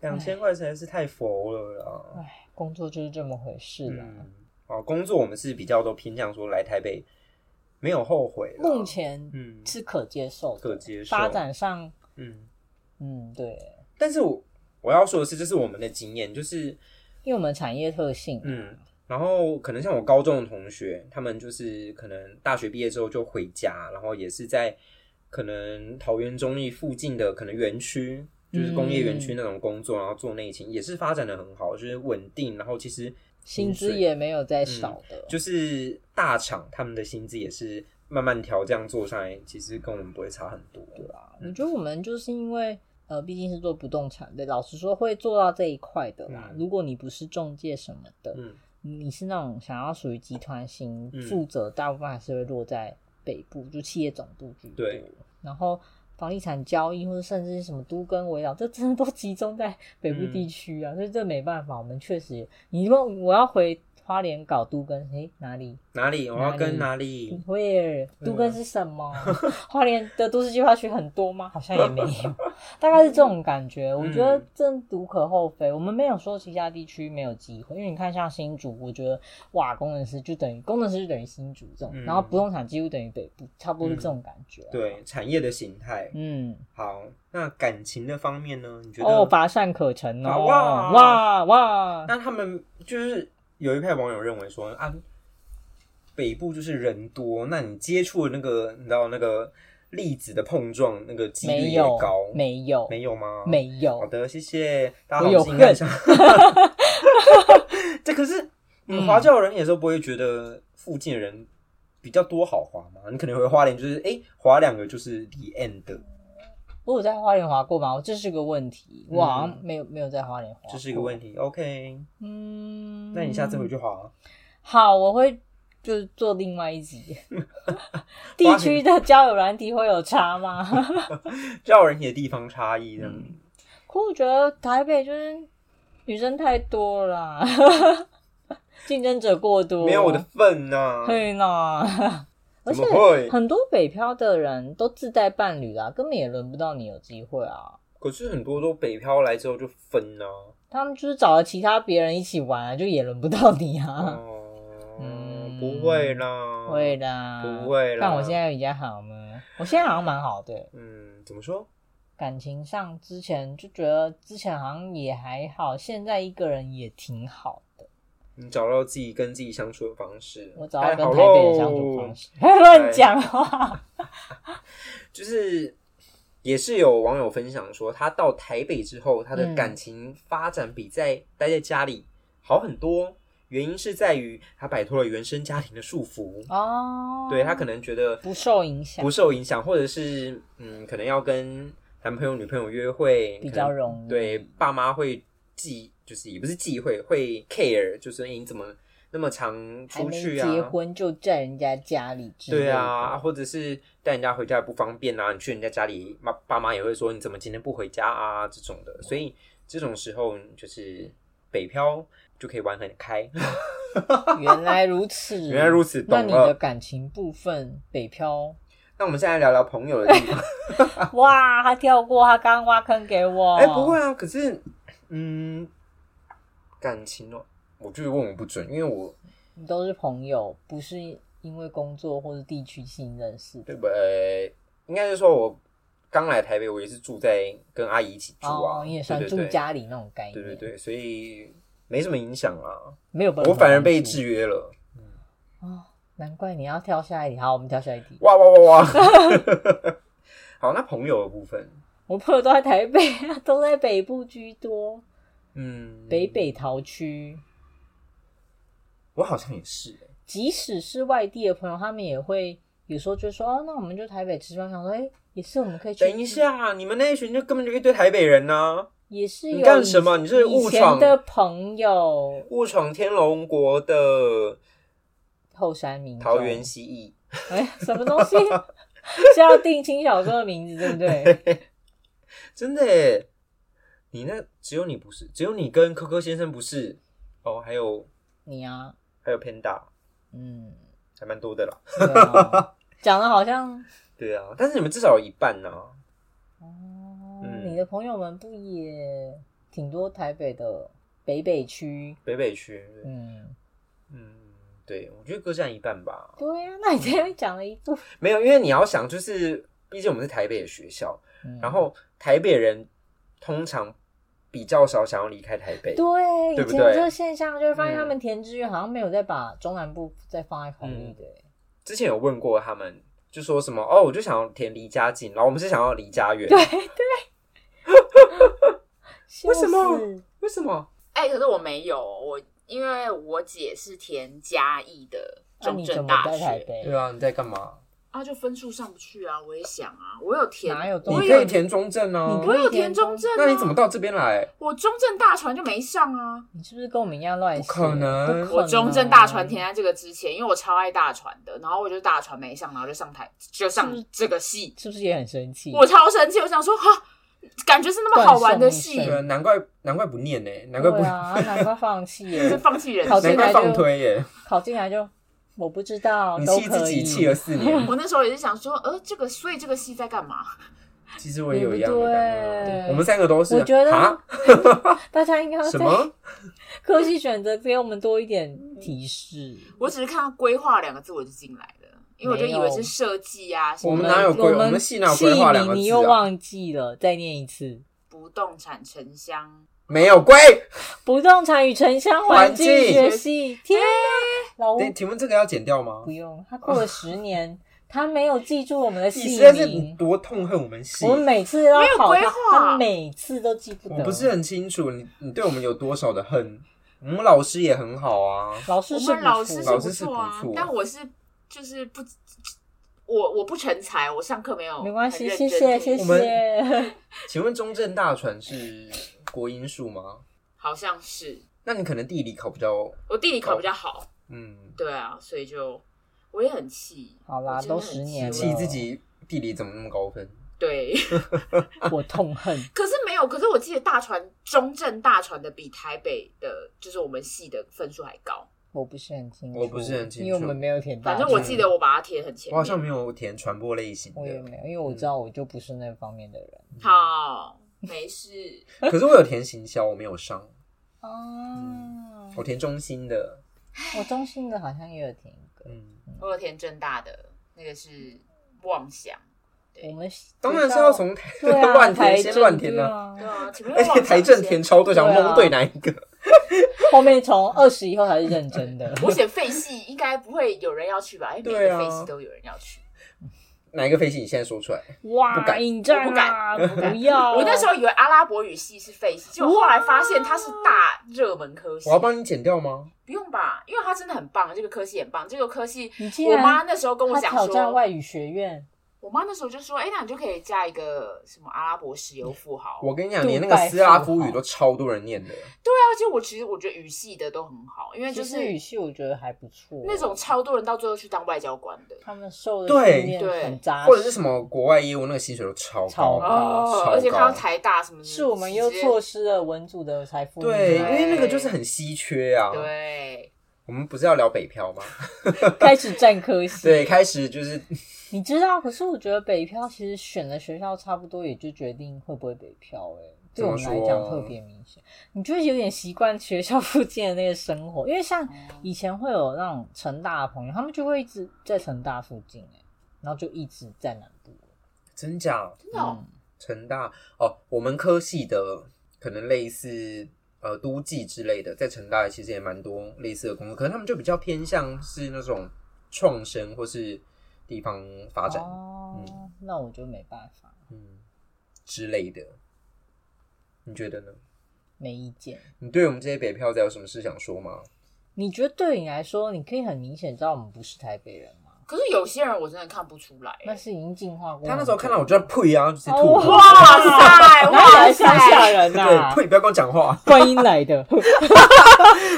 A: 两千块实在是太佛了啦。
B: 唉，工作就是这么回事啦。
A: 嗯，哦，工作我们是比较都偏向说来台北没有后悔啦。
B: 目前
A: 嗯
B: 是可接受的，
A: 可接受
B: 发展上，
A: 嗯，
B: 嗯，对，
A: 但是我我要说的是，这是我们的经验，就是
B: 因为我们产业特性，
A: 嗯，然后可能像我高中的同学，他们就是可能大学毕业之后就回家，然后也是在可能桃园中立附近的可能园区，就是工业园区
B: 嗯
A: 那种工作，然后做内勤，也是发展的很好，就是稳定。然后其实
B: 薪
A: 薪
B: 资
A: 水嗯
B: 也没有在少的，
A: 就是大厂他们的薪资也是慢慢调，这样做上来，其实跟我们不会差很多。
B: 对啊，我觉得我们就是因为呃，毕竟是做不动产的，老实说会做到这一块的啦。
A: 嗯
B: 如果你不是中介什么的，
A: 嗯，
B: 你是那种想要属于集团型
A: 嗯，
B: 负责大部分还是会落在北部，就企业总部居多。
A: 对，
B: 然后房地产交易或者甚至是什么都跟围绕，这真的都集中在北部
A: 嗯
B: 地区啊，所以这没办法，我们确实也，你问我要回花莲搞都跟，诶，哪里？
A: 哪里我要跟哪
B: 不
A: 里？啊
B: 会，都跟是什么？ 花莲的都市计划区很多吗？好像也没 有，大概是这种感觉。
A: 嗯
B: 我觉得真无可厚非，我们没有说其他地区没有机会，因为你看像新竹，我觉得哇，工程师就等于工程师就等于新竹这种，
A: 嗯
B: 然后不动产几乎等于北部，差不多是这种感觉、，
A: 对，产业的形态。
B: 嗯，
A: 好，那感情的方面呢？你觉得？啊
B: 哦，乏善可陈哦，
A: 哇
B: 哇哇，
A: 那他们就是有一派网友认为说啊，北部就是人多，那你接触的那个，你知道那个粒子的碰撞，那个几率
B: 没
A: 也
B: 有
A: 高，
B: 没有
A: 没有哦吗？。
B: 没有
A: 好，的，谢谢大家
B: 我
A: 好，
B: 有
A: 我是应该想。这可是你
B: 嗯
A: 华教人也时候不会觉得附近的人比较多好滑吗？你可能会花莲，就是哎滑两个就是离 end，的
B: 我有在花莲滑过吗？我这是个问题，我好像
A: 嗯
B: 没有没有在花莲滑，
A: 这是一个问。题。OK，
B: 嗯，
A: 那你下次回去滑。
B: 好，我会就是做另外 一集。地区的交友软体会有差吗？
A: 教人也地方差异这样。
B: 嗯可我觉得台北就是女生太多了啦， 竞争者过多。
A: 没有我的，份呐、
B: 对 呢。而
A: 怎
B: 且
A: 么会？
B: 很多北漂的人都自带伴侣啦，根本也轮不到你有机会啊。
A: 可是很多都北漂来之后就分啊呐、
B: 他们就是找了其他别人一起玩、啊，就也轮不到你啊。
A: 哦、
B: 嗯
A: 不会啦，
B: 会。啦，
A: 哦不会啦
B: 但我现在比较好吗？我现在好像蛮好的。
A: 嗯，怎么说？
B: 感情上之前就觉得之前好像也还好，现在一个人也挺好的。
A: 你找到自己跟自己相处的方式，
B: 我找到
A: 太
B: 跟
A: 好
B: 台北
A: 喽
B: 的相处方，式， 还乱讲话。
A: 就是也是有网友分享说，他到台北之后，他的
B: 嗯
A: 感情发展比在待在家里好很多。原因是在于他摆脱了原生家庭的束缚，
B: 哦，
A: 对他可能觉得
B: 不受影响
A: 不，受影响，或者是嗯，可能要跟男朋友、女朋友约会
B: 比较容易
A: 可能对，爸妈会忌，就是也不是忌讳，会 care，就是哎诶你怎么那么常
B: 还
A: 出
B: 没
A: 去
B: 结
A: 啊？
B: 婚就在人家家里之类的
A: 对啊，，或者是带人家回家也不方便啊，你去人家家里，妈爸妈也会说你怎么今天不回家啊这种的，所以这种时候就是北漂就可以玩很开，
B: 原来如此，
A: 原来如此，
B: 那
A: 懂
B: 你的
A: 了。
B: 感情部分，北漂，
A: 那我们现在聊聊朋友的地方。
B: 哇，他跳过，他刚刚挖坑给我。
A: 哎、不会，啊，可是，嗯，感情哦，我就是问我不准，因为我
B: 你都是朋友，不是因为工作或者地区性认识的。
A: 对不对？应该是说我刚来台北，我也是住在跟阿姨一起住啊，
B: 哦，你也算
A: 对
B: 住
A: 对对
B: 家里那种概念，
A: 对对对，所以没什么影响啊。
B: 没有办法
A: 我反而被
B: 住
A: 制约了，
B: 哦，难怪你要跳下一题。好，我们跳下一题。
A: 哇哇哇 哇！好，那朋友的部分，
B: 我朋友都在台北，啊都在北部居多，
A: 嗯，
B: 北，北桃区。
A: 我好像也是、欸，
B: 即使是外地的朋友，他们也会有时候就说：“哦，那我们就台北吃饭。”想说：“哎、也是我们可以去。”
A: 等一，下，你们那一群就根本就一堆台北人呢、
B: 也是有
A: 你干什么你是
B: 以
A: 误
B: 前
A: 闯
B: 的朋友，
A: 误闯天龙国的
B: 后山民众
A: 桃园蜥蜴，
B: 哎、什么东西 是要定轻小说的名字，对 不对？
A: 真的、欸，你那只有你不是，只有你跟科科先生不是哦，还有
B: 你啊，
A: 还有 Panda，
B: 嗯，
A: 还蛮多的啦。
B: 对啊讲的好像
A: 对啊，但是你们至少有一半啊呢、
B: 哦，
A: 嗯
B: 你的朋友们不也挺多台北的北北区？
A: 北北区，
B: 嗯，
A: 嗯，对，我觉得各占一半吧。
B: 对呀、啊，那你这边讲了一部，
A: 没有，因为你要想，就是毕竟我们是台北的学校，
B: 嗯
A: 然后台北人通常比较少想要离开台北。
B: 对，
A: 对
B: 以
A: 不
B: 前有这
A: 对
B: 个现象，就会发现
A: 嗯
B: 他们填志愿好像没有再把中南部再放在考
A: 嗯
B: 虑的、欸
A: 之前有问过他们，就说什么哦，我就想要填离家近，然后我们是想要离家远。
B: 对对，
A: 为什么
B: 笑死？
A: 为什么？
C: 哎、可是我没有，我因为我姐是填嘉义的
B: 那
C: 中
B: 啊你怎
C: 正
B: 么
C: 大
B: 在台
C: 学，
B: 北？
A: 对啊，你在干嘛？
C: 啊，就分数上不去啊。我也想啊，我有填，
B: 哪有
C: 我
B: 中
A: 你
C: 有
A: 可以，填中正
B: 你
A: 啊
B: 可，
C: 我
B: 以
C: 有填中正、啊，
A: 那你怎么？到这边来？
C: 我中正大船就没上啊。
B: 你是不是跟我们一样乱写？
A: 不可能
B: 不可能啊
C: 我中正大船填在这个之前，因为我超爱大船的，然后我就大船没上，然后就上台就上
B: 是
C: 这个戏，
B: 是不是也很生气？啊
C: 我超生气，我想说哈，感觉是那么好玩的戏
B: 断，送
A: 对
B: 一生
A: 啊，难怪难怪不念呢、难怪不、
B: 对啊，难怪放弃 耶
C: 是！放弃人
B: 考
C: 生。
B: 进
A: 难
B: 来
A: 怪
B: 就
A: 放推耶、
B: 考进来就我不知道，
A: 你
B: 都
A: 气
B: 可
A: 自
B: 以。嗯
A: 己气了四年，
C: 我那时候也是想说，呃，这个所以这个戏在干嘛？
A: 其实我也有一样的感
B: 对
A: 觉。我们三个都是，
B: 我觉得
A: 啊，
B: 大家应该要
A: 什
B: 在
A: 么？
B: 科系选择给我们多一点提示。
C: 我只是看到“规划”两个字我就进来了，因为我就以为是设计啊，什
A: 我
C: 么
A: 们哪有规
B: 我
A: 我
B: 们
A: 们系哪有规划两个字啊
B: 你又忘记了，再念一次：
C: 不动产城乡。
A: 没有归。
B: 不动产与城乡环境
A: 环境哎
B: 学系。天啊，老吴
A: 那请问这个要剪掉吗
B: 不？用，他过了十年，他没有记住我们的
A: 你
B: 系
A: 实在是
B: 名。
A: 多痛恨我们系
B: 我，们每次要
C: 没有
B: 考
C: 规
B: 他，
C: 划
B: 他每次都记不
A: 我
B: 得。
A: 不是很清楚你你对我们有多少的恨。我们老师也很好啊，
B: 老师
C: 我
B: 是
C: 们老
B: 不
C: 师是
B: 错
A: 老
C: 不
A: 师是不
C: 错啊，
A: 错
C: 但我是就是不，我我不成才，我上课没有
B: 没关系，
C: 很
B: 谢
C: 认真
B: 谢
C: 听
B: 谢
A: 我们
B: 谢。
A: 请问中正大船是国英数吗？
C: 好像是
A: 那你可能地理考比较，
C: 我地理考比较好，
A: 嗯，
C: 对啊，所以就我也很气。
B: 好啦
C: 我真的
B: 都
C: 很
B: 十年
C: 气
A: 气自己地理怎么那么高分？
C: 对，
B: 我痛恨，
C: 可是没有，可是我记得大船中正大船的比台北的，就是我们系的分数还高。
B: 我不是很清楚，
A: 我不是很清楚
B: 因为我们没有填大
C: 反
B: 学。
C: 正我记得我把它贴很前
A: 我好像
C: 面。
A: 没有填传播类型
B: 我也
A: 的，
B: 没有，因为我知道我就不是那方面的人。
C: 好，没事。
A: 可是我有填行销，我没有上，
B: 哦，
A: 嗯我填中心的，
B: 我中性的好像也有填一个。
A: 嗯，
C: 我有填正大的，那个是妄想。对
B: 我们
A: 当然是要从台
B: 对 啊
A: 乱填
B: 台
A: 先
B: 政
A: 乱填
B: 对
A: 啊，
B: 啊
C: 对 啊，前面
A: 而且台政填超多，想
B: 对啊
A: 蒙对哪一个？
B: 后面从二十以后才是认 真的。
C: 我写废系应该不会有人要去吧？哎，每
A: 对
C: 个
A: 啊
C: 废系都有人要去。
A: 哪一个飞行？你现在说出 来，
B: 哇，
A: 不敢
B: 引战啊！不要！
C: 我那时候以为阿拉伯语系是废系，结果后来发现它是大热门科系
A: 我。要帮你剪掉吗？
C: 不用吧，因为它真的很棒，这个科系很棒。这个科系
B: 你竟，
C: 我
B: 然
C: 妈那时候跟我
B: 他
C: 讲
B: 挑战
C: 说，
B: 外语学院，
C: 我妈那时候就说，哎，那你就可以嫁一个什么阿拉伯石油富豪。
A: 我跟你讲，
B: 杜
A: 连那个斯拉夫语
B: 拜富豪
A: 都超多人念的，
C: 对啊，其实我其实我觉得语系的都很好，因为就
B: 其
C: 是
B: 实语系我觉得还不错。
C: 那种超多人到最后去当外交官的。
B: 他们受的
A: 对
B: 训练
C: 对
B: 很扎实，
A: 或者是什么国外业务那个薪水都超
B: 超
A: 高，
B: 高哦
A: 超
C: 而且看到
A: 高。
C: 台大什么的，
B: 是我们又
C: 直接
B: 错失了文组的财富密码。
A: 对，因
C: 对
A: 为那个就是很稀缺啊。
C: 对，
A: 我们不是要聊北漂吗？
B: 开始占科 系。
A: 对，，开始就是
B: 你知道，可是我觉得北漂其实选的学校差不多，也就决定会不会北漂、欸。哎，对我们来
A: 怎
B: 讲
A: 么说啊
B: 特别明显，你就会有点习惯学校附近的那个生活，因为像以前会有那种成大的朋友，他们就会一直在成大附近、欸，然后就一直在南部。
A: 真假？
C: 真的哦，
B: 嗯
A: 成大哦，我们科系的可能类似呃都记之类的，在成大其实也蛮多类似的工作，可能他们就比较偏向是那种创生或是地方发展、
B: 哦，那我就没办法，
A: 嗯之类的。你觉得呢？
B: 没意见。
A: 你对我们这些北漂仔有什么事想说吗？
B: 你觉得对你来说，你可以很明显知道我们不是台北人吗？
C: 可是有些人我真的看不出来。欸
B: 那是已经进化过。
A: 他那时候看到我就在呸啊，就是吐
B: 哦
A: 了。
C: 哇 塞，
B: 哪里
C: 哇
B: 来乡下
C: 塞！
B: 人 呐、
A: 对，呸！不要跟我讲话，
B: 观音来的，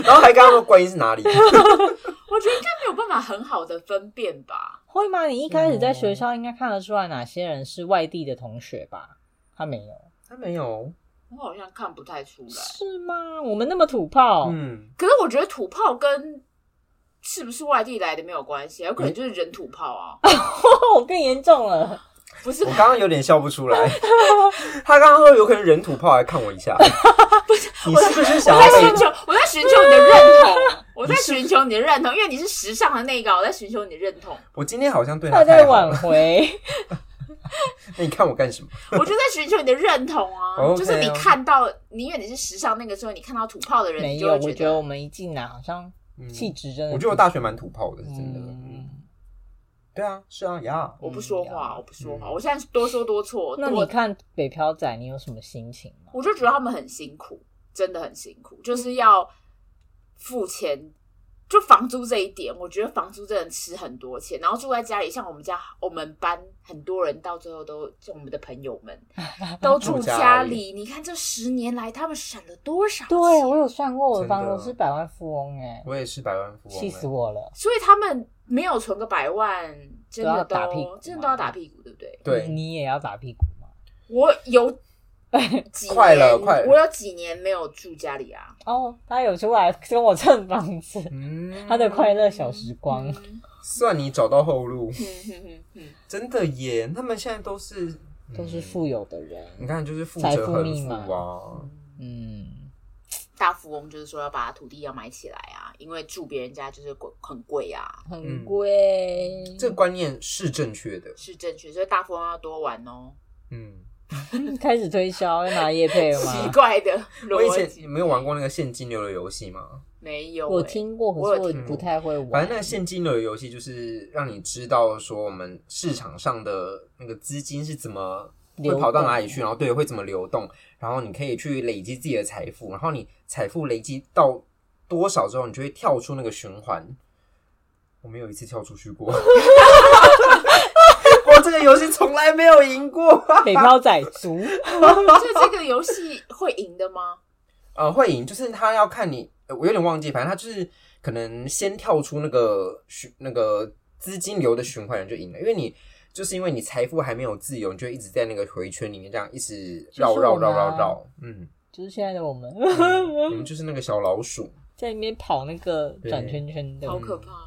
A: 然后还跟他说观音是哪里？
C: 我觉得应该没有办法很好的分辨吧。
B: 会吗？你一开始在学校应该看得出来哪些人是外地的同学吧？他没有，
A: 他没有，
C: 我好像看不太出来。
B: 是吗？我们那么土炮，
A: 嗯，
C: 可是我觉得土炮跟是不是外地来的没有关系，有可能就是人土炮啊，
B: 哦我更严重了。
C: 不 是
B: 哦
A: 我刚刚有点笑不出来。 他刚刚说有可能人土炮来看我一 下，你是不是想
C: 我
A: 要
C: 在
A: 被
C: 寻求，我在寻求你的认同， 我在寻求你的认同，因为你是时尚的那个，啊我在寻求你的认同，
A: 我今天好像对
B: 他
A: 他
B: 在
A: 太好
B: 挽
A: 了，
B: 回，
A: 那你看我干什么？
C: 我就在寻求你的认同啊，
A: OK
C: 就是你看到，你因为你是时尚那个时候，你看到土炮的人，
B: 没
C: 你
B: 有。
C: 就
B: 我
C: 会
B: 觉
C: 觉
B: 得
C: 得
B: 我们一进来好像
A: 嗯
B: 气质真的，
A: 我觉得我大学蛮土炮的，是真的。嗯，
B: 嗯。
A: 对啊，是啊呀，
C: 我不说
B: 嗯
C: 话，我不说话，我现在多说多错，
B: 那
C: 多
B: 你看北漂仔，你有什么心情吗？
C: 我就觉得他们很辛苦，真的很辛苦，就是要付钱。就房租这一点，我觉得房租真的吃很多钱，然后住在家里，像我们家我们班很多人到最后都，就我们的朋友 们都住
A: 住家
C: 家
A: 里
C: 里。你看这十年来，他们省了多少钱？
B: 对我有算过，我的
A: 真的
B: 房东是百万富翁哎、
A: 我也是百万富翁，欸
B: 气死！我了！
C: 所以他们没有存个百万，真的
B: 都要打屁股
C: 真的都要打屁股，对不对？
A: 对，
B: 你也要打屁股吗？
C: 我有几年，
A: 快了快了
C: 我有几年没有住家里啊，
B: 哦，他有出来跟我蹭房子，
A: 嗯
B: 他的快乐小时光。
C: 嗯
A: 算你找到后路，
B: 嗯
C: 哼哼哼哼
A: 真的耶！他们现在都是嗯
B: 都是，富有的人。
A: 嗯你看就是富
B: 财
A: 者
B: 富
A: 很
B: 密
A: 富
B: 码
A: 啊，
B: 嗯，
C: 大富翁就是说要把土地要买起来啊，因为住别人家就是贵很贵啊，
B: 很贵。
A: 这个观念是正确的。
C: 是正确，所以大富翁要多玩哦。
A: 嗯，
B: 开始推销要拿叶配了
C: 奇
B: 吗？
C: 怪的
A: 我以
C: 逻
A: 前你
C: 辑
A: 没有玩过那个现金流的游戏吗？
C: 没有欸、
B: 我听过，可
C: 我
B: 是
C: 有
B: 我
C: 听
B: 不
A: 过
B: 太会玩。
A: 反正那个现金流的游戏就是让你知道说我们市场上的那个资金是怎么会
B: 流
A: 跑到
B: 动
A: 哪里去，然后对会怎么流动，然后你可以去累积自己的财富，然后你财富累积到多少之后，你就会跳出那个循环。我没有一次跳出去过， 我这个游戏从来没有赢过。
B: 北漂仔族，
C: 所以这个游戏会赢的 吗？
A: 呃，会赢，就是他要看你，呃我有点忘记，反正他就是可能先跳出那个循那个资金流的循环，你就赢了，因为你就是因为你财富还没有自由，你就一直在那个回圈里面这样一直绕
B: 就是我
A: 绕
B: 们
A: 绕
B: 啊
A: 绕绕，嗯，
B: 就是现在的我们，
A: 我们就是那个小老鼠，
B: 在里面跑那个
A: 对
B: 转圈圈的
C: 好。可怕。
A: 嗯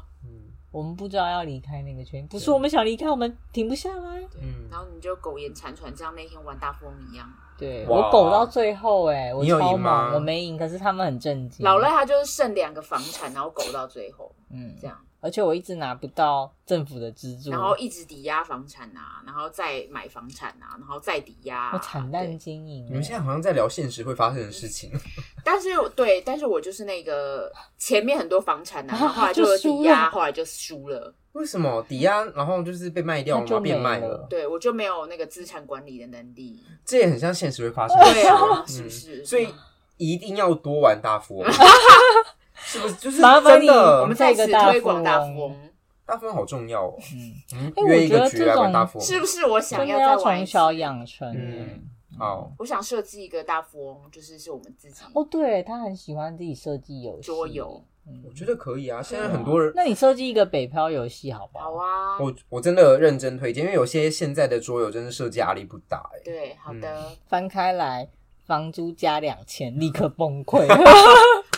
B: 我们不知道要离开那个圈，不是我们想离开，我们停不下来。
A: 嗯
C: 然，后你就苟延残喘，像那天玩大富翁一样。
B: 对
A: 哇
B: 我苟到最后，哎，我
A: 你有
B: 超
A: 赢吗
B: 猛，我没赢，可是他们很震惊。
C: 老赖他就是剩两个房产，然后苟到最后
B: 嗯
C: 这，样，
B: 而且我一直拿不到政府的资助，
C: 然后一直抵押房产啊，然后再买房产啊，然后再抵押、啊。
B: 我惨淡
C: 对
B: 经营。哎
A: 你们现在好像在聊现实会发生的事情，
C: 但是我对，但是我就是那个前面很多房产 啊，
B: 啊
C: 然后后来就有抵押，后来就输了。
A: 为什么抵押然后就是被卖掉
B: 那
A: 了
B: 就
A: 吗？变
B: 没
A: 卖
B: 了
A: 了，
C: 对我就没有那个资产管理的能力。
A: 这也很像现实会发生的
C: 对
A: 事
C: 啊，
A: 啊，
C: 是不
A: 嗯
C: 是？
A: 所以一定要多玩大富 翁，是不是？就是
B: 麻烦
A: 真
B: 你
A: 的，
C: 我们在此推广大富
B: 再一个大富
C: 翁，
A: 大富翁好重要哦。
B: 嗯，
A: 嗯
B: 哎，
A: 约一个
B: 我觉得
A: 局来玩
B: 这种
A: 大富翁，
C: 是不是？我想
B: 真的
C: 再
B: 要
C: 玩一
B: 从
C: 次。
B: 小养成。哎
A: 嗯好，
C: 我想设计一个大富翁，就是是我们自己。
B: 哦，对他很喜欢自己设计游戏
C: 桌游。
B: 嗯
A: 我觉得可以啊。现在很多人，
B: 那你设计一个北漂游戏好不
C: 好啊，
A: 我我真的认真推荐，因为有些现在的桌游真的设计压力不大哎。
C: 对，好的。
B: 翻开来，房租加两千，立刻崩溃。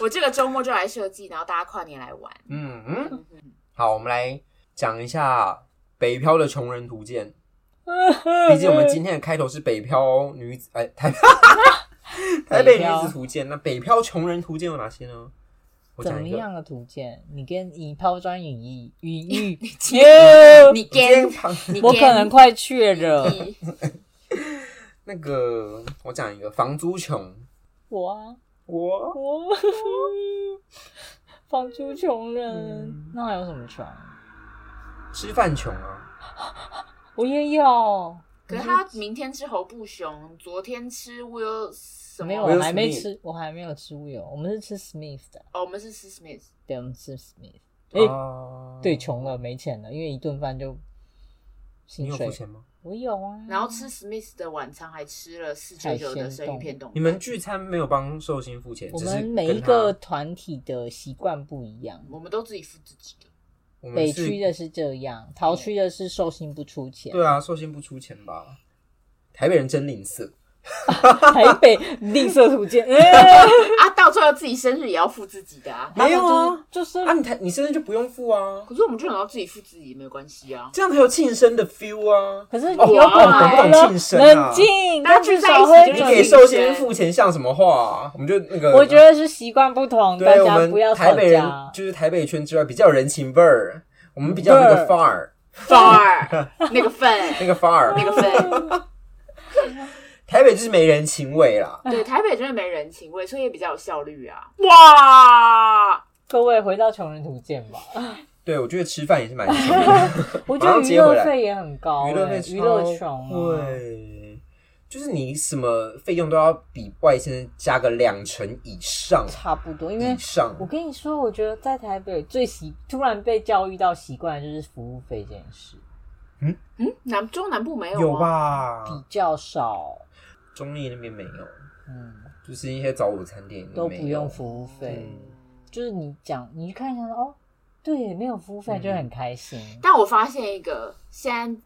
C: 我这个周末就来设计，然后大家跨年来玩。
A: 嗯嗯，
C: 嗯哼
A: 好，我们来讲一下北漂的穷人图鉴。 毕竟我们今天的开头是北漂女子，哎，台台北女子图鉴。那北漂穷人图鉴有哪些呢？我
B: 怎
A: 讲
B: 么
A: 一个，
B: 样的图鉴？你跟你抛砖引玉，引玉，
C: 你
A: 我今天
C: 跟，
A: 旁
C: 你
B: 我可能快确了。
C: 你
A: 那个我讲一个房租穷，
B: 我啊，
A: 我
B: 我放出穷人
A: 嗯，
B: 那还有什么穷？
A: 吃饭穷啊，
B: 我哦也有，
C: 可是他明天吃猴不熊，昨天吃 Will 什么？
B: 没有，啊
A: Will
B: 我还没
A: Smith
B: 吃，我还没有吃乌油，我们是吃 Smith 的，
C: 哦，我们是吃 Smith，
B: 对，我们吃 Smith。哎、
A: 哦，
B: 对，穷了，没钱了，因为一顿饭就
A: 你
B: 薪
A: 有付
B: 水。
A: 钱吗？
B: 我有啊，
C: 然后吃 Smith 的晚餐还吃了四九九的生鱼片冻饭。
A: 你们聚餐没有帮寿星付钱，
B: 我
A: 只是
B: 们
A: 跟
B: 每一
A: 他
B: 个团体的习惯不一样。
C: 我们都自己付自己的，
A: 我们
B: 北
A: 是
B: 区的是这样，桃区的是寿星不出钱，
A: 对啊，寿星不出钱吧？台北人真吝啬，啊
B: 台北吝啬 土建，哎
C: 啊，到最后自己生日也要付自己的啊。
A: 没有啊，
B: 就是
A: 啊，你台你生日就不用付啊，
C: 可是我们就想要自己付自己，没关系啊。
A: 这样才有庆生的 feel 啊。
B: 可是
A: 哦
B: 有可能
C: 我懂
B: 了
A: 庆生啊
B: 冷静，
C: 大家
B: 至
C: 聚在
B: 少
C: 一起
B: 会
C: 就
A: 你
C: 是
A: 给寿星付钱像什么话、啊？我们就那个，
B: 我觉得是习惯不同，大
A: 对我
B: 家不要
A: 们
B: 吵
A: 台北人
B: 架。啊
A: 就是台北圈之外比较有人情味儿，我们比较有那个范儿，
C: 范 儿，那个份，
A: 那个范儿，
C: 那个份。
A: 台北就是没人情味啦。
C: 对，台北真的没人情味，所以也比较有效率啊。哇，
B: 各位回到穷人图鉴吧，
A: 对，我觉得吃饭也是 蛮穷的，
B: 我觉得娱乐费也很高、
A: 娱乐
B: 哎
A: 费
B: 娱乐
A: 超
B: 穷啊，
A: 贵，就是你什么费用都要比外县加个两成以上，
B: 差不多，因为
A: 以。上
B: 我跟你说，我觉得在台北最习突然被教育到习惯的就是服务费这件事
C: 嗯，南中南部没有
A: 有
C: 吗？
A: 吧？
B: 啊比较少，
A: 中立那边没有，
B: 嗯，
A: 就是一些早午餐店
B: 都
A: 没
B: 不
A: 有
B: 用服务费，
A: 嗯
B: 就是你讲，你去看一下哦，对，没有服务费就很开心。
C: 但我发现一个，现在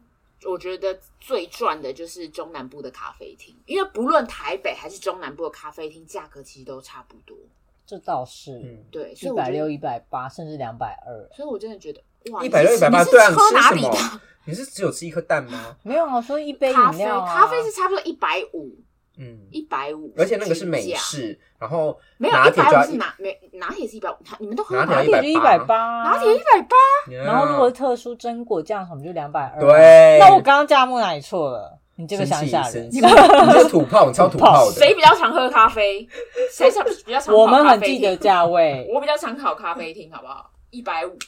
C: 我觉得最赚的就是中南部的咖啡厅，因为不论台北还是中南部的咖啡厅，价格其实都差不多。
B: 这倒是，
A: 嗯，
C: 对，所
B: 一
C: 以我
B: 百
C: 觉
B: 六、
C: 得，
B: 一百八，甚至两百二，
C: 所以我真的觉得，哇，
A: 一百六、
C: 你
A: 一
C: 是
A: 百八，
C: 你是
A: 对啊，你
C: 喝哪
A: 吃
C: 里
A: 什
C: 的
A: 么？你是只有吃一颗蛋吗？
B: 没有啊，说一 杯
C: 咖
B: 饮
C: 啡？
B: 料、啊，
C: 咖啡是差不多一百五，
A: 嗯，
C: 一百五，
A: 而且那个是美
C: 均价，
A: 式，然后
C: 没有
A: 拿
C: 一
A: 铁
C: 百
A: 就要
C: 五是拿没拿铁是一百五，你们都喝
A: 拿
B: 拿
A: 拿
C: 铁，
B: 铁就一百
A: 180
B: 八，
C: 拿铁一百八，
B: 然后如果是特殊榛果酱什么就两百二。
A: 对
B: 那我刚刚价目哪里错了？你这个乡
A: 生气
B: 下人
A: 生，气，你这土炮，你超土炮的，
C: 谁比较常喝咖啡？谁想比较常跑
B: 我们
C: 咖
B: 很
C: 啡
B: 记
C: 厅
B: 得价位。
C: 我比较常考咖啡厅，好不好？一百五，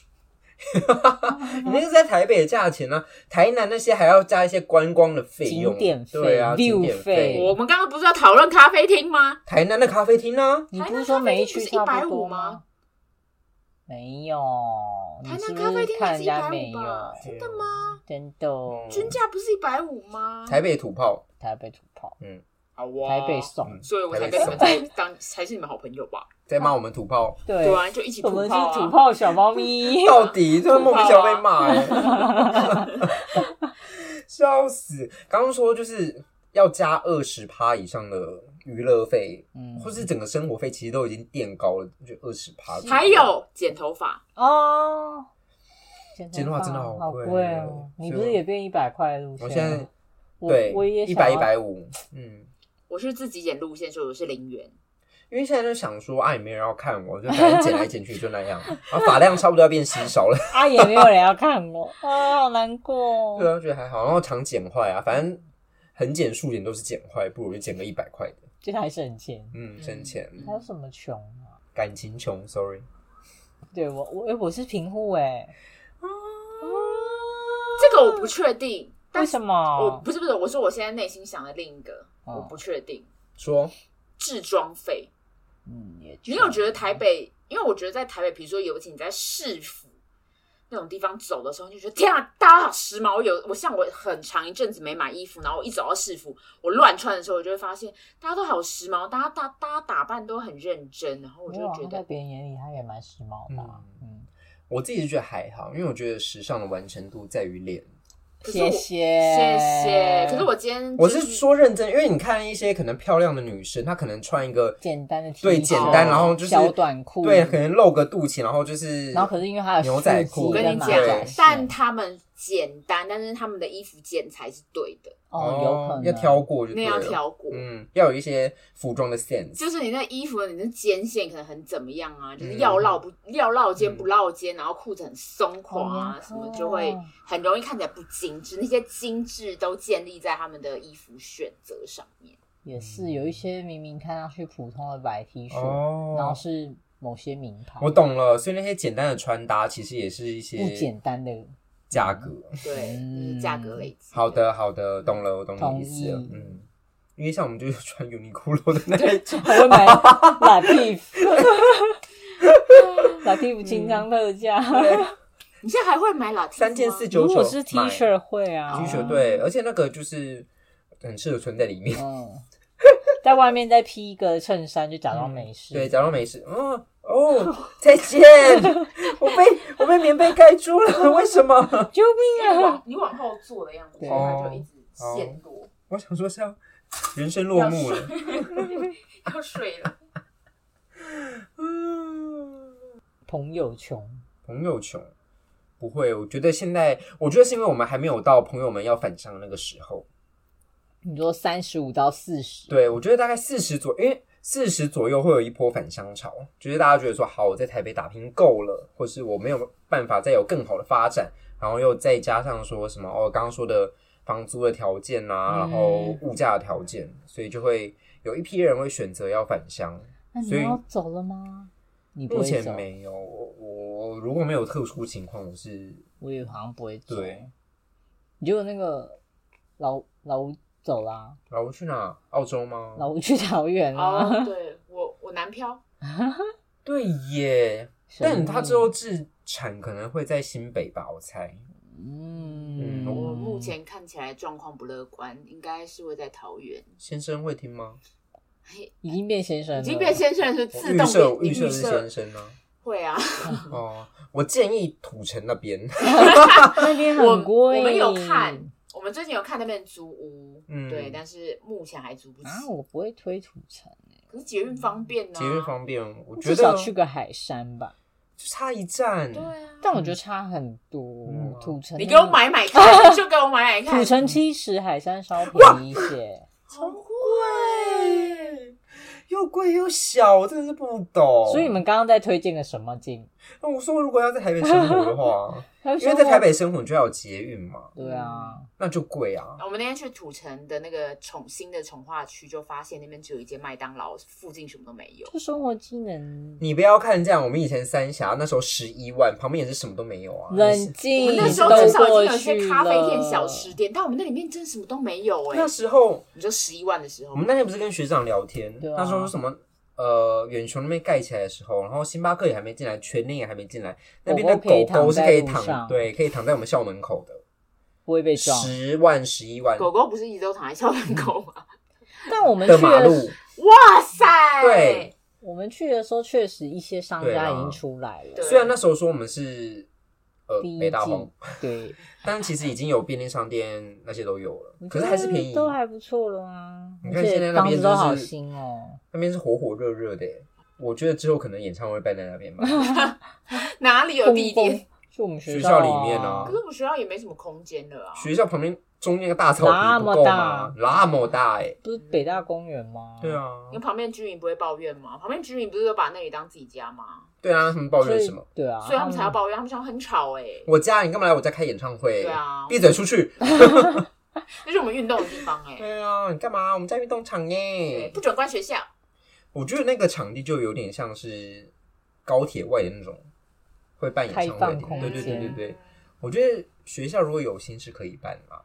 A: 你那是在台北的价钱呢、台南那些还要加一些观光的费用，
B: 景点费
A: 对啊，景点
B: view 费
C: 我们刚刚不是要讨论咖啡厅吗？
A: 台南的咖啡厅呢、
B: 你不是说每一区差不多
C: 台南咖啡厅不是150吗？
B: 没有，你
C: 台
B: 是
C: 南
B: 不
C: 咖啡
B: 是
C: 厅
B: 看
C: 还是
B: 人
C: 一百
B: 家没
C: 五
B: 有？
C: 吧？真的吗？
B: 真的哦，
C: 均价不是一百五吗？
A: 台北土炮，
B: 台北土炮，
C: 好哇，
B: 台北怂，
A: 嗯
C: 所以我才跟你们在当才是你们好朋友吧？
A: 在骂我们土炮，
B: 对
C: 对，啊，就一起
B: 我
C: 吐
B: 们
C: 泡
B: 是土
C: 啊！
B: 炮小猫 咪。
A: 到底这莫名其妙被骂、
B: 啊
A: 欸， 笑死！刚刚说就是要加二十趴以上的娱乐费，
B: 嗯
A: 或是整个生活费，其实都已经垫高了，就二十趴。
C: 还有剪头发，
B: 哦，剪
A: 剪头发真的
B: 好
A: 好
B: 贵
A: 贵
B: 哦！你不
A: 所以
B: 是
A: 我
B: 也变一百块路线
A: 我
B: 了？
A: 现在
B: 啊我
A: 对
B: 我也
A: 一
B: 想
A: 百
B: 要
A: 一百五，嗯。
C: 我是自己剪路线，所以我是零元。
A: 因为现在就想说，啊，也没人要看我，就反正剪来剪去就那样，然后发量差不多要变稀少了，
B: 啊，也没有人要看我啊，好难 过。
A: 对啊，觉得还好。然后常剪坏啊，反正很剪数剪都是剪坏，不如就剪个一百块的，
B: 这还省钱。
A: 嗯，省钱。
B: 还有什么穷啊？
A: 感情穷，sorry，
B: 对我我哎我是贫户哎，
A: 啊
C: 这个我不确定，
B: 为
C: 但是
B: 什么？
C: 我不是不是，我说我现在内心想的另一个，
B: 哦
C: 我不确定
A: 说
C: 置装费。
B: 嗯也
C: 你有觉得台北？因为我觉得在台北，比如说，尤其你在市府那种地方走的时候，你就觉得天啊，大家好时髦。有我像我很长一阵子没买衣服，然后我一走到市府，我乱穿的时候，我就会发现大家都好时髦，大家大大家打扮都很认真，然后我
B: 没
C: 就
B: 有啊？
C: 觉
B: 在
C: 得
B: 别人眼里他也蛮时髦的啊。嗯，
A: 我自己是觉得还好，因为我觉得时尚的完成度在于脸。
C: 可是
B: 谢
C: 我
B: 谢
C: 谢谢。可是我今天、
A: 我
C: 就是
A: 说认真，因为你看一些可能漂亮的女生，她可能穿一个
B: 简单的 T
A: 对
B: 恤
A: 简单，然后就是
B: 小短裤，
A: 对，可能露个肚脐，然后就是，
B: 然后可是因为他有
A: 牛仔
B: 腹肌
A: 裤，
C: 我跟你
B: 马
C: 讲
B: 甲线，
C: 但他们简单，但是他们的衣服剪裁是对的。
B: 哦，有可能
A: 要挑过就对
C: 那要
A: 了。
C: 挑过。
A: 嗯，要有一些服装的 sense。
C: 就是你那衣服，你那肩线可能很怎么样啊？就是
A: 嗯
C: 要落不要落
A: 嗯
C: 肩
A: 哦
C: 不落肩，然后裤子很松垮啊，什么就会很容易看起来不精致。那些精致都建立在他们的衣服选择上面。
B: 也是有一些明明看上去普通的白 T 恤，然后
A: 哦，
B: 是某些名牌，
A: 我懂了。所以那些简单的穿搭，其实也是一
B: 不
A: 些
B: 简 单的
A: 价格。
C: 对，就是价格累积。
A: 嗯好，的，好的，懂了，我懂你
B: 同
A: 意思了。
B: 意
A: 嗯，因为像我们就是穿 Uniqlo 的那一种，
B: 我会买 Latif，Latif 清仓特价。
C: 你现在还会买老 T
A: 三件四九
B: 如
A: 九，
B: 果是 T 恤会啊
A: T 恤
C: 恤
A: 对，而且那个就是很适合存在里面。
B: 嗯， 在外面再披一个衬衫就假装没
A: 嗯
B: 事，
A: 对，假装没事。哦哦， 再 见！我被我被棉被盖住了，为什 么？
B: 救
C: 因为你
B: 命啊！
C: 往你 往后坐的样子，
B: 对
C: 它就一直陷落，
A: 我想说是要人生落幕了。哦
C: 要睡了。
A: 嗯，
B: 朋友穷，
A: 朋友穷不会，我觉得现在，我觉得是因为我们还没有到朋友们要反商的那个时候。
B: 你说三十五到四十，，
A: 对，我觉得大概四十左，因为四十左右会有一波返乡潮，就是大家觉得说，好，我在台北打拼够了，或是我没有办法再有更好的发展，然后又再加上说什么哦，刚刚说的房租的条件啊，然后
B: 嗯
A: 物价的条件，所以就会有一批人会选择要返乡。
B: 那你
A: 所以
B: 要走了吗？你不
A: 目
B: 会
A: 前
B: 走，
A: 没有，我我我如果没有特殊情况，我是
B: 我也好像不会走。
A: 对，
B: 你就那个老老吴走啦，
A: 老吴去哪？澳洲吗？
B: 老吴去桃园啦，
A: 啊
C: 哦，对我我男票，
A: 对耶，
B: 神
A: 但他
B: 秘
A: 之后自产可能会在新北吧，我猜。
B: 嗯，
C: 我目前看起来状况不乐观，应该是会在桃园。
A: 先生会听吗？
C: 嘿
B: 已经变先生了，
C: 已经变先生是自
A: 哦预设
C: 动变
A: 预设
C: 预
A: 是
C: 设
A: 先生呢、
C: 会啊，
A: 哦，我建议土城那边，
B: 那边
C: 我
B: 很贵，
C: 我们有看，我们最近有看那边租屋，
A: 嗯
C: 对，但是目前还租不起。
B: 啊，我不会推土城，
C: 可是捷运方便呢、 啊
A: 捷运方便，我觉
B: 至
A: 得
B: 少去个海山吧。
A: 就差一站。
C: 对啊，
B: 但我觉得差很多，
A: 嗯
B: 土城
C: 你给我，买买看，就给我买买 看，
B: 土城七十，海山稍便宜一些。
C: 好贵。
A: 又贵又小，我真的是不懂。
B: 所以你们刚刚在推荐个什么景？
A: 那我说，如果要在台北生活的话，
B: 因
A: 因为在台，北生活你就要有捷运嘛，
B: 对啊，
A: 那就贵啊。
C: 我们那天去土城的那个宠新的宠化区，就发现那边只有一间麦当劳，附近什么都没有。
B: 就生活技能。
A: 你不要看这样，我们以前三峡那时候十一万，旁边也是什么都没有啊。
B: 冷
C: 我
B: 静，
C: 们那时候
B: 都
C: 至少已经有
B: 过
C: 一些
B: 去
C: 咖啡店、
B: 了
C: 小吃店，但我们那里面真的什么都没有哎、
A: 那时候
C: 你就十一万的时候，
A: 我们那天不是跟学长聊天，
B: 对啊
A: 那时候是什么呃远雄那边盖起来的时候，然后星巴克也还没进来，全联也还没进来，那边的狗
B: 狗
A: 狗
B: 狗
A: 是
B: 可
A: 可以
B: 以躺在路
A: 躺，
B: 上
A: 对，可以躺在我们校门口的，
B: 不会被撞。
A: 十万十一万
C: 狗狗不是一直都躺在校门口吗？
B: 但我们
A: 的
B: 去
A: 马路
B: 的，，
C: 哇塞！
A: 对，
B: 我们去的时候确实一些商
A: 对啊啦
B: 家已经出来了
C: 对。
A: 虽然那时候说我们是呃
B: 第一
A: 北大
B: 季
A: 荒，
B: 对，
A: 但其实已经有便利商店那些都有了，可是
B: 我觉得
A: 还是便宜，
B: 都还不错了啊。
A: 你
B: 而
A: 看现在
B: 且
A: 那
B: 房
A: 边
B: 子都好
A: 就是
B: 新哦，
A: 那边是火火热热的耶。我觉得之后可能演唱会办在那边吧，
C: 哪里有
B: 蹦
C: 地
B: 蹦
C: 点？
B: 就我们
A: 学
B: 校
A: 校里面啊
B: 啊
C: 可是我们学校也没什么空间了啊。
A: 学校旁边中间那个大草坪不够吗？那么大哎，
B: 不是北大公园吗？
A: 对，啊
C: 因为，旁边居民不会抱怨吗？旁边居民不是都把那里当自己家吗？
A: 对啊，他们抱
B: 所
A: 怨
B: 以
A: 什么？
B: 对啊，
C: 所以他们才要抱怨，他们想很吵哎、
A: 我家你干嘛来我家开演唱会？
C: 对啊
A: 闭嘴出去！
C: 那是我们运动的地方哎、
A: 对啊，你干嘛？我们在运动场
C: 对，
A: 耶
C: 不。准关学校。
A: 我觉得那个场地就有点像是高铁外的那种会办演唱
B: 开
A: 会
B: 放
A: 的，
B: 空
A: 对
B: 间
A: 对对对对。我觉得学校如果有心是可以办啊，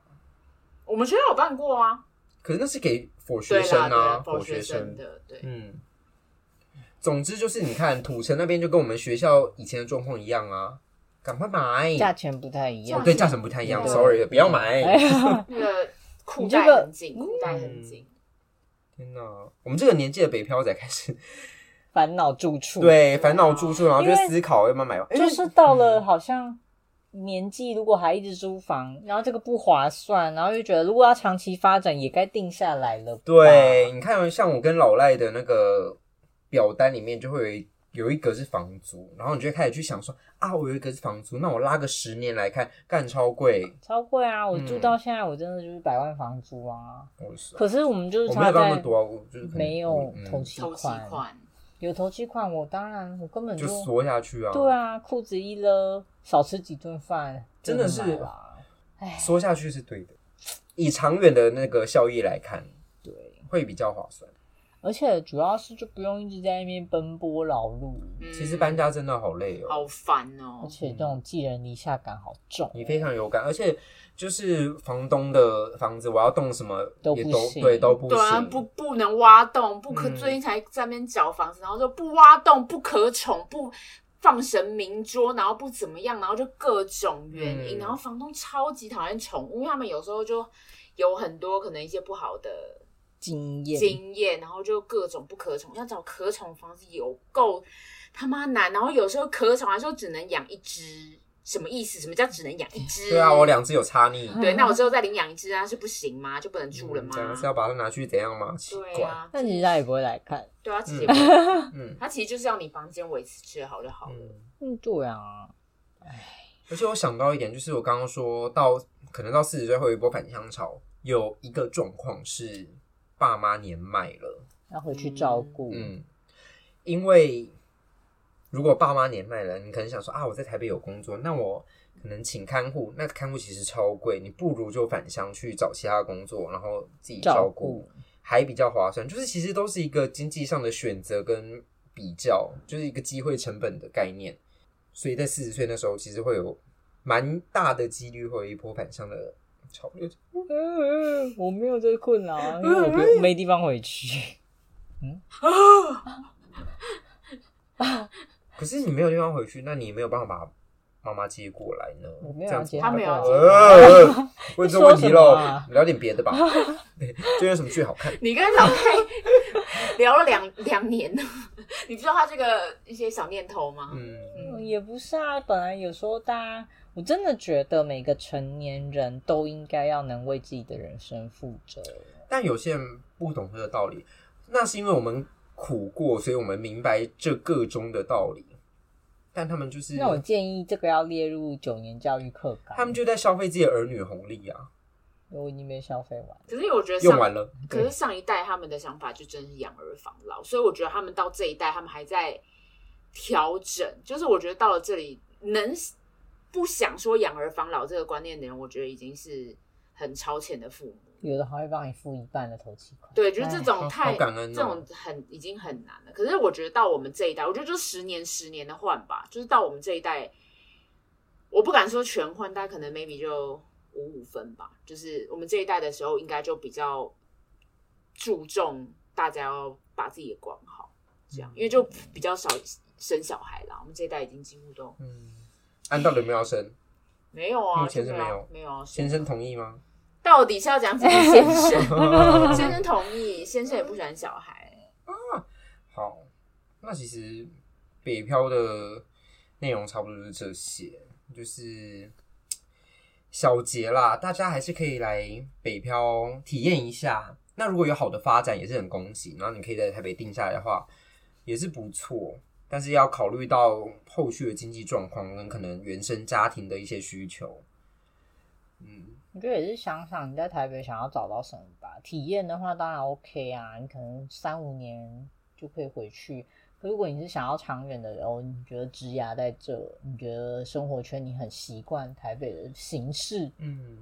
C: 我们学校有办过啊，
A: 可是那是给for
C: 对
A: 学生
C: 啦，对
A: 啊
C: 啦，
A: for
C: 学
A: 学生。
C: 的，对，
A: 嗯，总之就是你看土城那边就跟我们学校以前的状况一样啊，赶快买。
B: 价钱不太一
A: 哦
B: 样。，
A: 对，价钱不太一样
C: 对
A: ，sorry，不要买。
B: 哎呀，
C: 那个裤
B: 你这
C: 带
B: 个
C: 很紧，裤带很紧。
A: 嗯天哪，我们这个年纪的北漂仔开始
B: 啊烦恼住处，，
A: 对，烦恼住处，然后就
B: 因为
A: 思考要不要买房。因为嗯
B: 就是到了好像年纪，如果还一直租房，然后这个不划算，然后又觉得如果要长期发展，也该定下来了吧。
A: 对，你看，像我跟老赖的那个表单里面，就会有一有一格是房租，然后你就会开始去想说啊，我有一格是房租，那我拉个十年来看，干超贵。
B: 超贵啊！我住
A: 嗯
B: 到现在，我真的就是百万房租啊。
A: 我是
B: 可是我们就是
A: 我没
B: 差
A: 有到那
B: 在
A: 么多啊，我就是可能
B: 没有
A: 嗯
B: 投期
C: 头期款，
B: 有投期款，我当然我根本
A: 就缩下去啊，
B: 对，啊，裤子一勒，少吃几顿饭，
A: 真的啊
B: 就买
A: 是
B: 啦。哎，
A: 缩下去是对的。以长远的那个效益来看，
B: 对，
A: 会比较划算。
B: 而且主要是就不用一直在那边奔波劳碌，
C: 嗯
A: 其实搬家真的好累哦，
C: 好烦哦
B: 而。且这种寄人篱下感好重。
A: 你非常有感，而且就是房东的房子，我要动什么
B: 都
A: 也
B: 不
A: 都
B: 行
A: 对都不
C: 对啊，
A: 行，
C: 不不能挖洞，不可、
A: 嗯
C: 最近才在那边找房子，然后就不挖洞，不可宠，不放神明桌，然后不怎么样，然后就各种原
A: 嗯
C: 因，然后房东超级讨厌宠物，因为他们有时候就有很多可能一些不好的
B: 经验
C: 经验，然后就各种不可宠，要找可宠的房子有够他妈难，然后有时候可宠还说只能养一只，什么意思？什么叫只能养一只？
A: 对啊，我两只有差逆，
C: 对，那我之后再领养一只啊，是不行吗？就不能住了吗？
A: 这样嗯是要把它拿去怎样吗？奇
C: 对
A: 怪，
C: 啊，
B: 但其实他也不会来看。
C: 对啊，其实
A: 嗯
C: 也不会
A: 嗯
C: 它其实就是要你房间维持治好就好了。
A: 嗯。
B: 嗯，对啊，
A: 而且我想到一点，就是我刚刚说到，可能到四十岁会有一波返乡潮，有一个状况是爸妈年迈了，
B: 要回去照顾。
A: 嗯，因为如果爸妈年迈了，你可能想说啊，我在台北有工作，那我可能请看护，那看护其实超贵，你不如就返乡去找其他工作，然后自己
B: 照
A: 照
B: 顾
A: 顾，还比较划算。就是其实都是一个经济上的选择跟比较，就是一个机会成本的概念。所以在四十岁那时候，其实会有蛮大的几率会有一波返乡的潮流。
B: 嗯我没有这个困扰啊，因为我不用没地方回去。
A: 可是你没有地方回去，那你没有办法把妈妈接过来呢？
B: 我没有
A: 这
B: 要
A: 样子
B: 接
C: 他没有要啊
B: 过
C: 接
A: 呃，问这问题
B: 说什么
A: 喽，
B: 啊
A: 聊点别 的吧。对，最近有什么剧好看？
C: 你跟老佩 聊了两两年，你知道他这个一些小念头吗？
A: 嗯，
B: 来，
C: 嗯，
B: 也不是啊。本来有时候大家，我真的觉得每个成年人都应该要能为自己的人生负责。
A: 但有些人不懂这个道理，那是因为我们苦过，所以我们明白这个中的道理。但他们就是，
B: 那我建议这个要列入九年教育课纲。
A: 他们就在消费自己的儿女红利啊，
B: 我已经被消费完，
C: 可是我觉得
A: 用完
C: 上，
A: 了。
C: 可是上一代他们的想法就真是养儿防老，所以我觉得他们到这一代，他们还在调整。就是我觉得到了这里，能不想说养儿防老这个观念的人，我觉得已经是很超前的父母。
B: 有的还会帮你付一半的头期款。
C: 对，就是这种
A: 哎好
C: 太
A: 好感恩哦
C: 这种很已经很难了。可是我觉得到我们这一代，我觉得就十年十年的换吧，就是到我们这一代，我不敢说全换，但可能 maybe 就五五分吧。就是我们这一代的时候，应该就比较注重大家要把自己也管好，
A: 嗯
C: 这样，因为就比较少生小孩啦。我们这一代已经几乎都
A: 嗯，按道理没有要生，
C: 没有啊，
A: 目前是
C: 就
A: 没有
C: 没有啊
A: 先生同意 吗？
C: 到底是要讲什么先生？ 先生同意，先生也不喜欢小孩。
A: 好，那其实北漂的内容差不多就是这些，就是小结啦。大家还是可以来北漂体验一下。那如果有好的发展，也是很恭喜。然后你可以在台北定下来的话，也是不错。但是要考虑到后续的经济状况跟可能原生家庭的一些需求。嗯，
B: 我觉得也是想想你在台北想要找到什么吧。体验的话当然 OK 啊，你可能三五年就可以回去。可如果你是想要长远的哦，你觉得职涯在这，你觉得生活圈你很习惯台北的形式，
A: 嗯，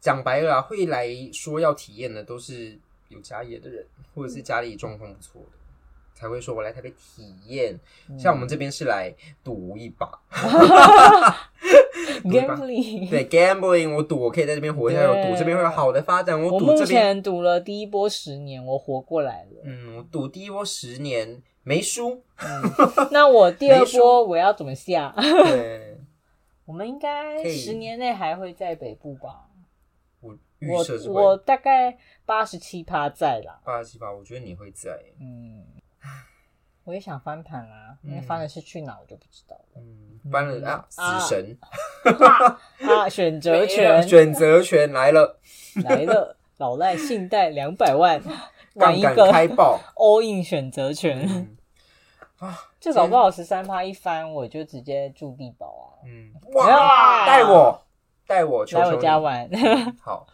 A: 讲白了啊、会来说要体验的都是有家业的人，或
B: 嗯
A: 者是家里状况不错的，才会说我来台北体验。
B: 嗯
A: 像我们这边是来赌一把，吧
B: gambling。
A: 对 gambling，我赌我可以在这边活下去，我
B: 嗯对
A: 赌这边会有好的发展，
B: 我
A: 赌
B: 目
A: 这边，
B: 前赌了第一波十年，我活过来了。
A: 嗯，我赌第一波十年没 输，
B: 那我第二
A: 没
B: 波
A: 输
B: 我要怎么下？
A: 对，
B: 我们应该
A: 可以
B: 十年内还会在北部吧？
A: 我预
B: 我
A: 设是
B: 我
A: 会
B: 大概八十七趴在啦。
A: 八七八，我觉得你会在，
B: 嗯，我也想翻盘啊，
A: 嗯
B: 因为翻的是去哪我就不知道了
A: 嗯，搬了啊，
B: 啊
A: 死神、
B: 啊。选择
C: 没
B: 权
A: 选择权来了，
B: 来了，老赖信贷两百万，玩
A: 杠
B: 一
A: 杆
B: 个
A: 开爆。
B: all in 选择权。
A: 嗯啊，
B: 这搞不好十三趴一翻，我就直接住地堡啊，
A: 嗯，
B: 没有啊
A: 哇，带我带我，求
B: 来
A: 求
B: 我
A: 你
B: 家玩。
A: 好，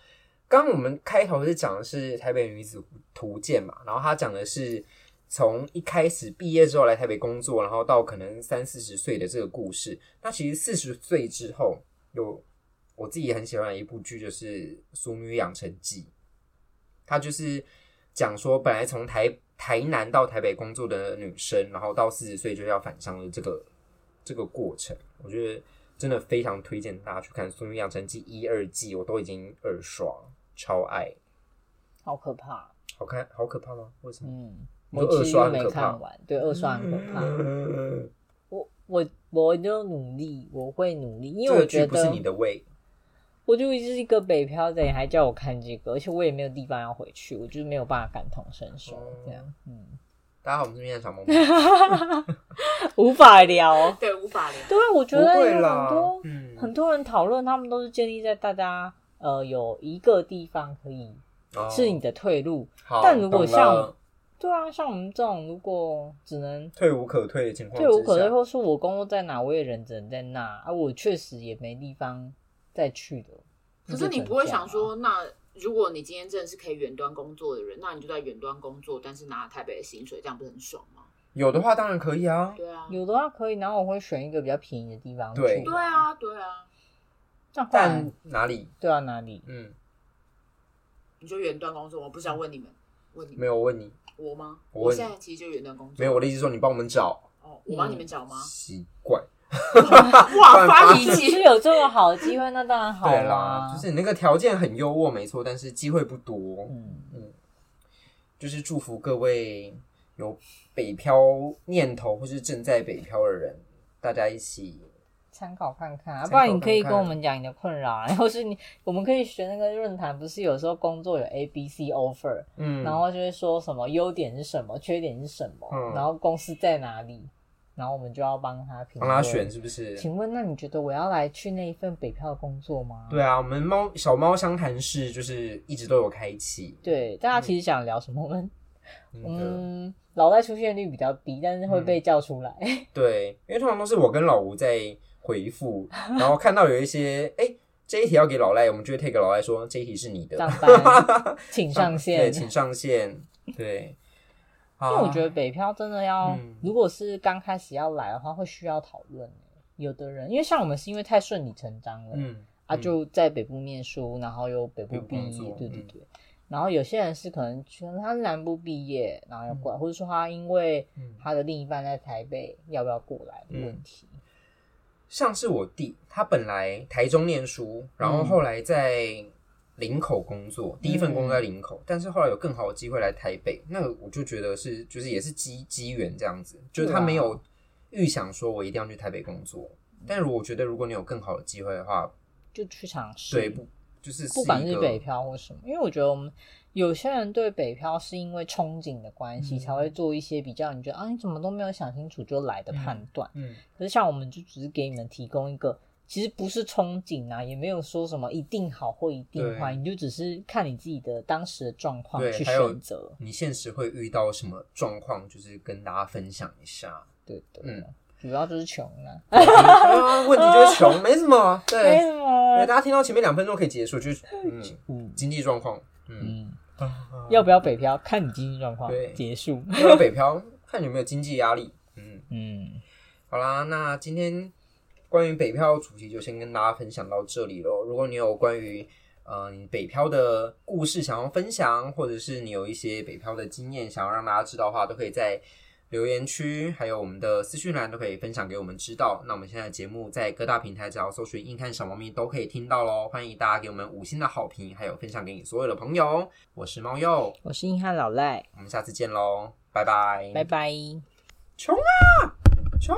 A: 刚刚我们开头是讲的是台北女子图鉴嘛，然后他讲的是从一开始毕业之后来台北工作，然后到可能三四十岁的这个故事。那其实四十岁之后，有我自己很喜欢的一部剧就是《俗女养成记》，它就是讲说本来从台台南到台北工作的女生，然后到四十岁就要返乡的这个这个过程，我觉得真的非常推荐大家去看《俗女养成记》一二季，我都已经二刷，超爱，
B: 好可怕。
A: 好看，好可怕吗？为什么？
B: 嗯，
A: 你
B: 我
A: 说二
B: 其实
A: 刷很
B: 又没
A: 可怕
B: 看完，对，二刷很可怕。
A: 嗯
B: 我我我就努力，我会努力，因
A: 这
B: 为我
A: 个
B: 觉
A: 剧
B: 得
A: 不是你的胃，
B: 我就是一个北漂的，你还叫我看这个，而且我也没有地方要回去，我就是没有办法感同身受，
A: 哦
B: 这样，嗯，
A: 大家好，我们是面向小 萌萌，
B: 无法聊。
C: 对，无法聊。
B: 对，啊我觉
A: 不
B: 得
A: 会
B: 有很
A: 啦
B: 多，、
A: 嗯，
B: 很多人讨论，他们都是建立在大家呃有一个地方可以
A: 哦
B: 是你的退路。
A: 好
B: 但如果
A: 懂了
B: 像对啊，像我们这种如果只能
A: 退无可退的情况之
B: 退
A: 下，
B: 无可退，或是我工作在哪，我也人只能在那啊，我确实也没地方再去了。
C: 可是你
B: 就只能
C: 不会
B: 这样
C: 想
B: 啊
C: 说，那如果你今天真的是可以远端工作的人，那你就在远端工作，但是拿台北的薪水，这样不是很爽吗？
A: 有的话当然可以啊，
C: 对啊，
B: 有的话可以，然后我会选一个比较便宜的地方住。
A: 对
C: 对啊，对啊，
B: 这样换
A: 但哪里？
B: 对啊哪里？
A: 嗯，
C: 你就远端工作，我不是要问你们，问你
A: 没
C: 们
A: 有我问你，
C: 我吗？
A: 我
C: 我
A: 问
C: 现在其实就远端工作，
A: 没有我的意思是说你帮我们找，
C: 哦，我帮
B: 嗯
C: 你们 找吗？
A: 奇怪，
C: 哇，发脾
B: 只是
C: 气，
B: 啊有这么好的机会，那当然好
A: 对
B: 啦
A: 啦，就是你那个条件很优渥，没错，但是机会不多，
B: 嗯，
A: 就是祝福各位有北漂念头或是正在北漂的人，大家一起
B: 参考看看啊，
A: 参考
B: 不然你可以
A: 看
B: 跟
A: 看
B: 我们讲你的困扰啊，然 后是你我们可以学那个论坛，不是有时候工作有 A、B、C offer，、
A: 嗯，
B: 然后就会说什么优点是什么，缺点是什么，
A: 嗯
B: 然后公司在哪里，然后我们就要帮他评
A: 帮他
B: 论，
A: 选。是不是？
B: 请问，那你觉得我要来去那一份北漂的工作吗？
A: 对啊，我们猫小猫相谈室就是一直都有开启，
B: 对，大家其实想聊什么？我们
A: 嗯，
B: 嗯，脑袋出现率比较低，但是会被叫出来。
A: 嗯对，因为通常都是我跟老吴在回复，然后看到有一些哎、这一题要给老赖，我们就会 take 老赖说这一题是你的，
B: 上 班 请上
A: 对，
B: 线。
A: 请上线， 对，啊因
B: 因为我觉得北漂真的要，
A: 嗯
B: 如果是刚开始要来的话，会需要讨论欸。有的人，因为像我们是因为太顺理成章了，
A: 嗯
B: 啊，
A: 嗯
B: 就在北部念书，然后又北部
A: 又
B: 毕
A: 工
B: 业
A: 作，
B: 对对
A: 嗯
B: 对。然后有些人是可能可能他是南部毕业，然后要过来，或者说他因为
A: 嗯
B: 他的另一半在台北，要不要过来的问题。
A: 像是我弟，他本来台中念书，然后
B: 嗯
A: 后来在林口工作，第一份
B: 嗯
A: 工作在林口，但是后来有更好的机会来台北，那个我就觉得是就是也是机机缘这样子，就是他
B: 对啊
A: 没有预想说我一定要去台北工作，但如果我觉得如果你有更好的机会的话，
B: 就去尝试。
A: 对不就是
B: 不管
A: 一
B: 是
A: 个
B: 北漂或什么，因为我觉得我们有些人对北漂是因为憧憬的关系，
A: 嗯
B: 才会做一些比较你觉得啊你怎么都没有想清楚就来的判断。
A: 嗯
B: 可是像我们就只是给你们提供一个，其实不是憧憬啊，也没有说什么一定好或一定坏，
A: 对
B: 你就只是看你自己的当时的状况
A: 对
B: 去
A: 还有
B: 选择。
A: 你现实会遇到什么状况，就是跟大家分享一下。
B: 对的，
A: 嗯
B: 主要就是穷啊，
A: 啊问题就是穷，没什么，
B: 没
A: 对。
B: 什
A: 对
B: 么。
A: 大家听到前面两分钟可以结束，就是嗯，
B: 嗯
A: 经济状况，嗯，
B: 嗯，
A: 啊
B: 要不要北漂，看你经济状况
A: 对。
B: 结束。
A: 要不要北漂，看有没有经济压力。嗯，
B: 嗯，
A: 好啦，那今天关于北漂的主题就先跟大家分享到这里喽。如果你有关于呃你北漂的故事想要分享，或者是你有一些北漂的经验想要让大家知道的话，都可以在留言区还有我们的私讯栏都可以分享给我们知道。那我们现在的节目在各大平台只要搜寻“硬汉小猫咪”都可以听到喽。欢迎大家给我们五星的好评，还有分享给你所有的朋友。我是猫鼬，
B: 我是硬汉老赖，
A: 我们下次见喽，拜拜，
B: 拜拜。
A: 穷啊，穷。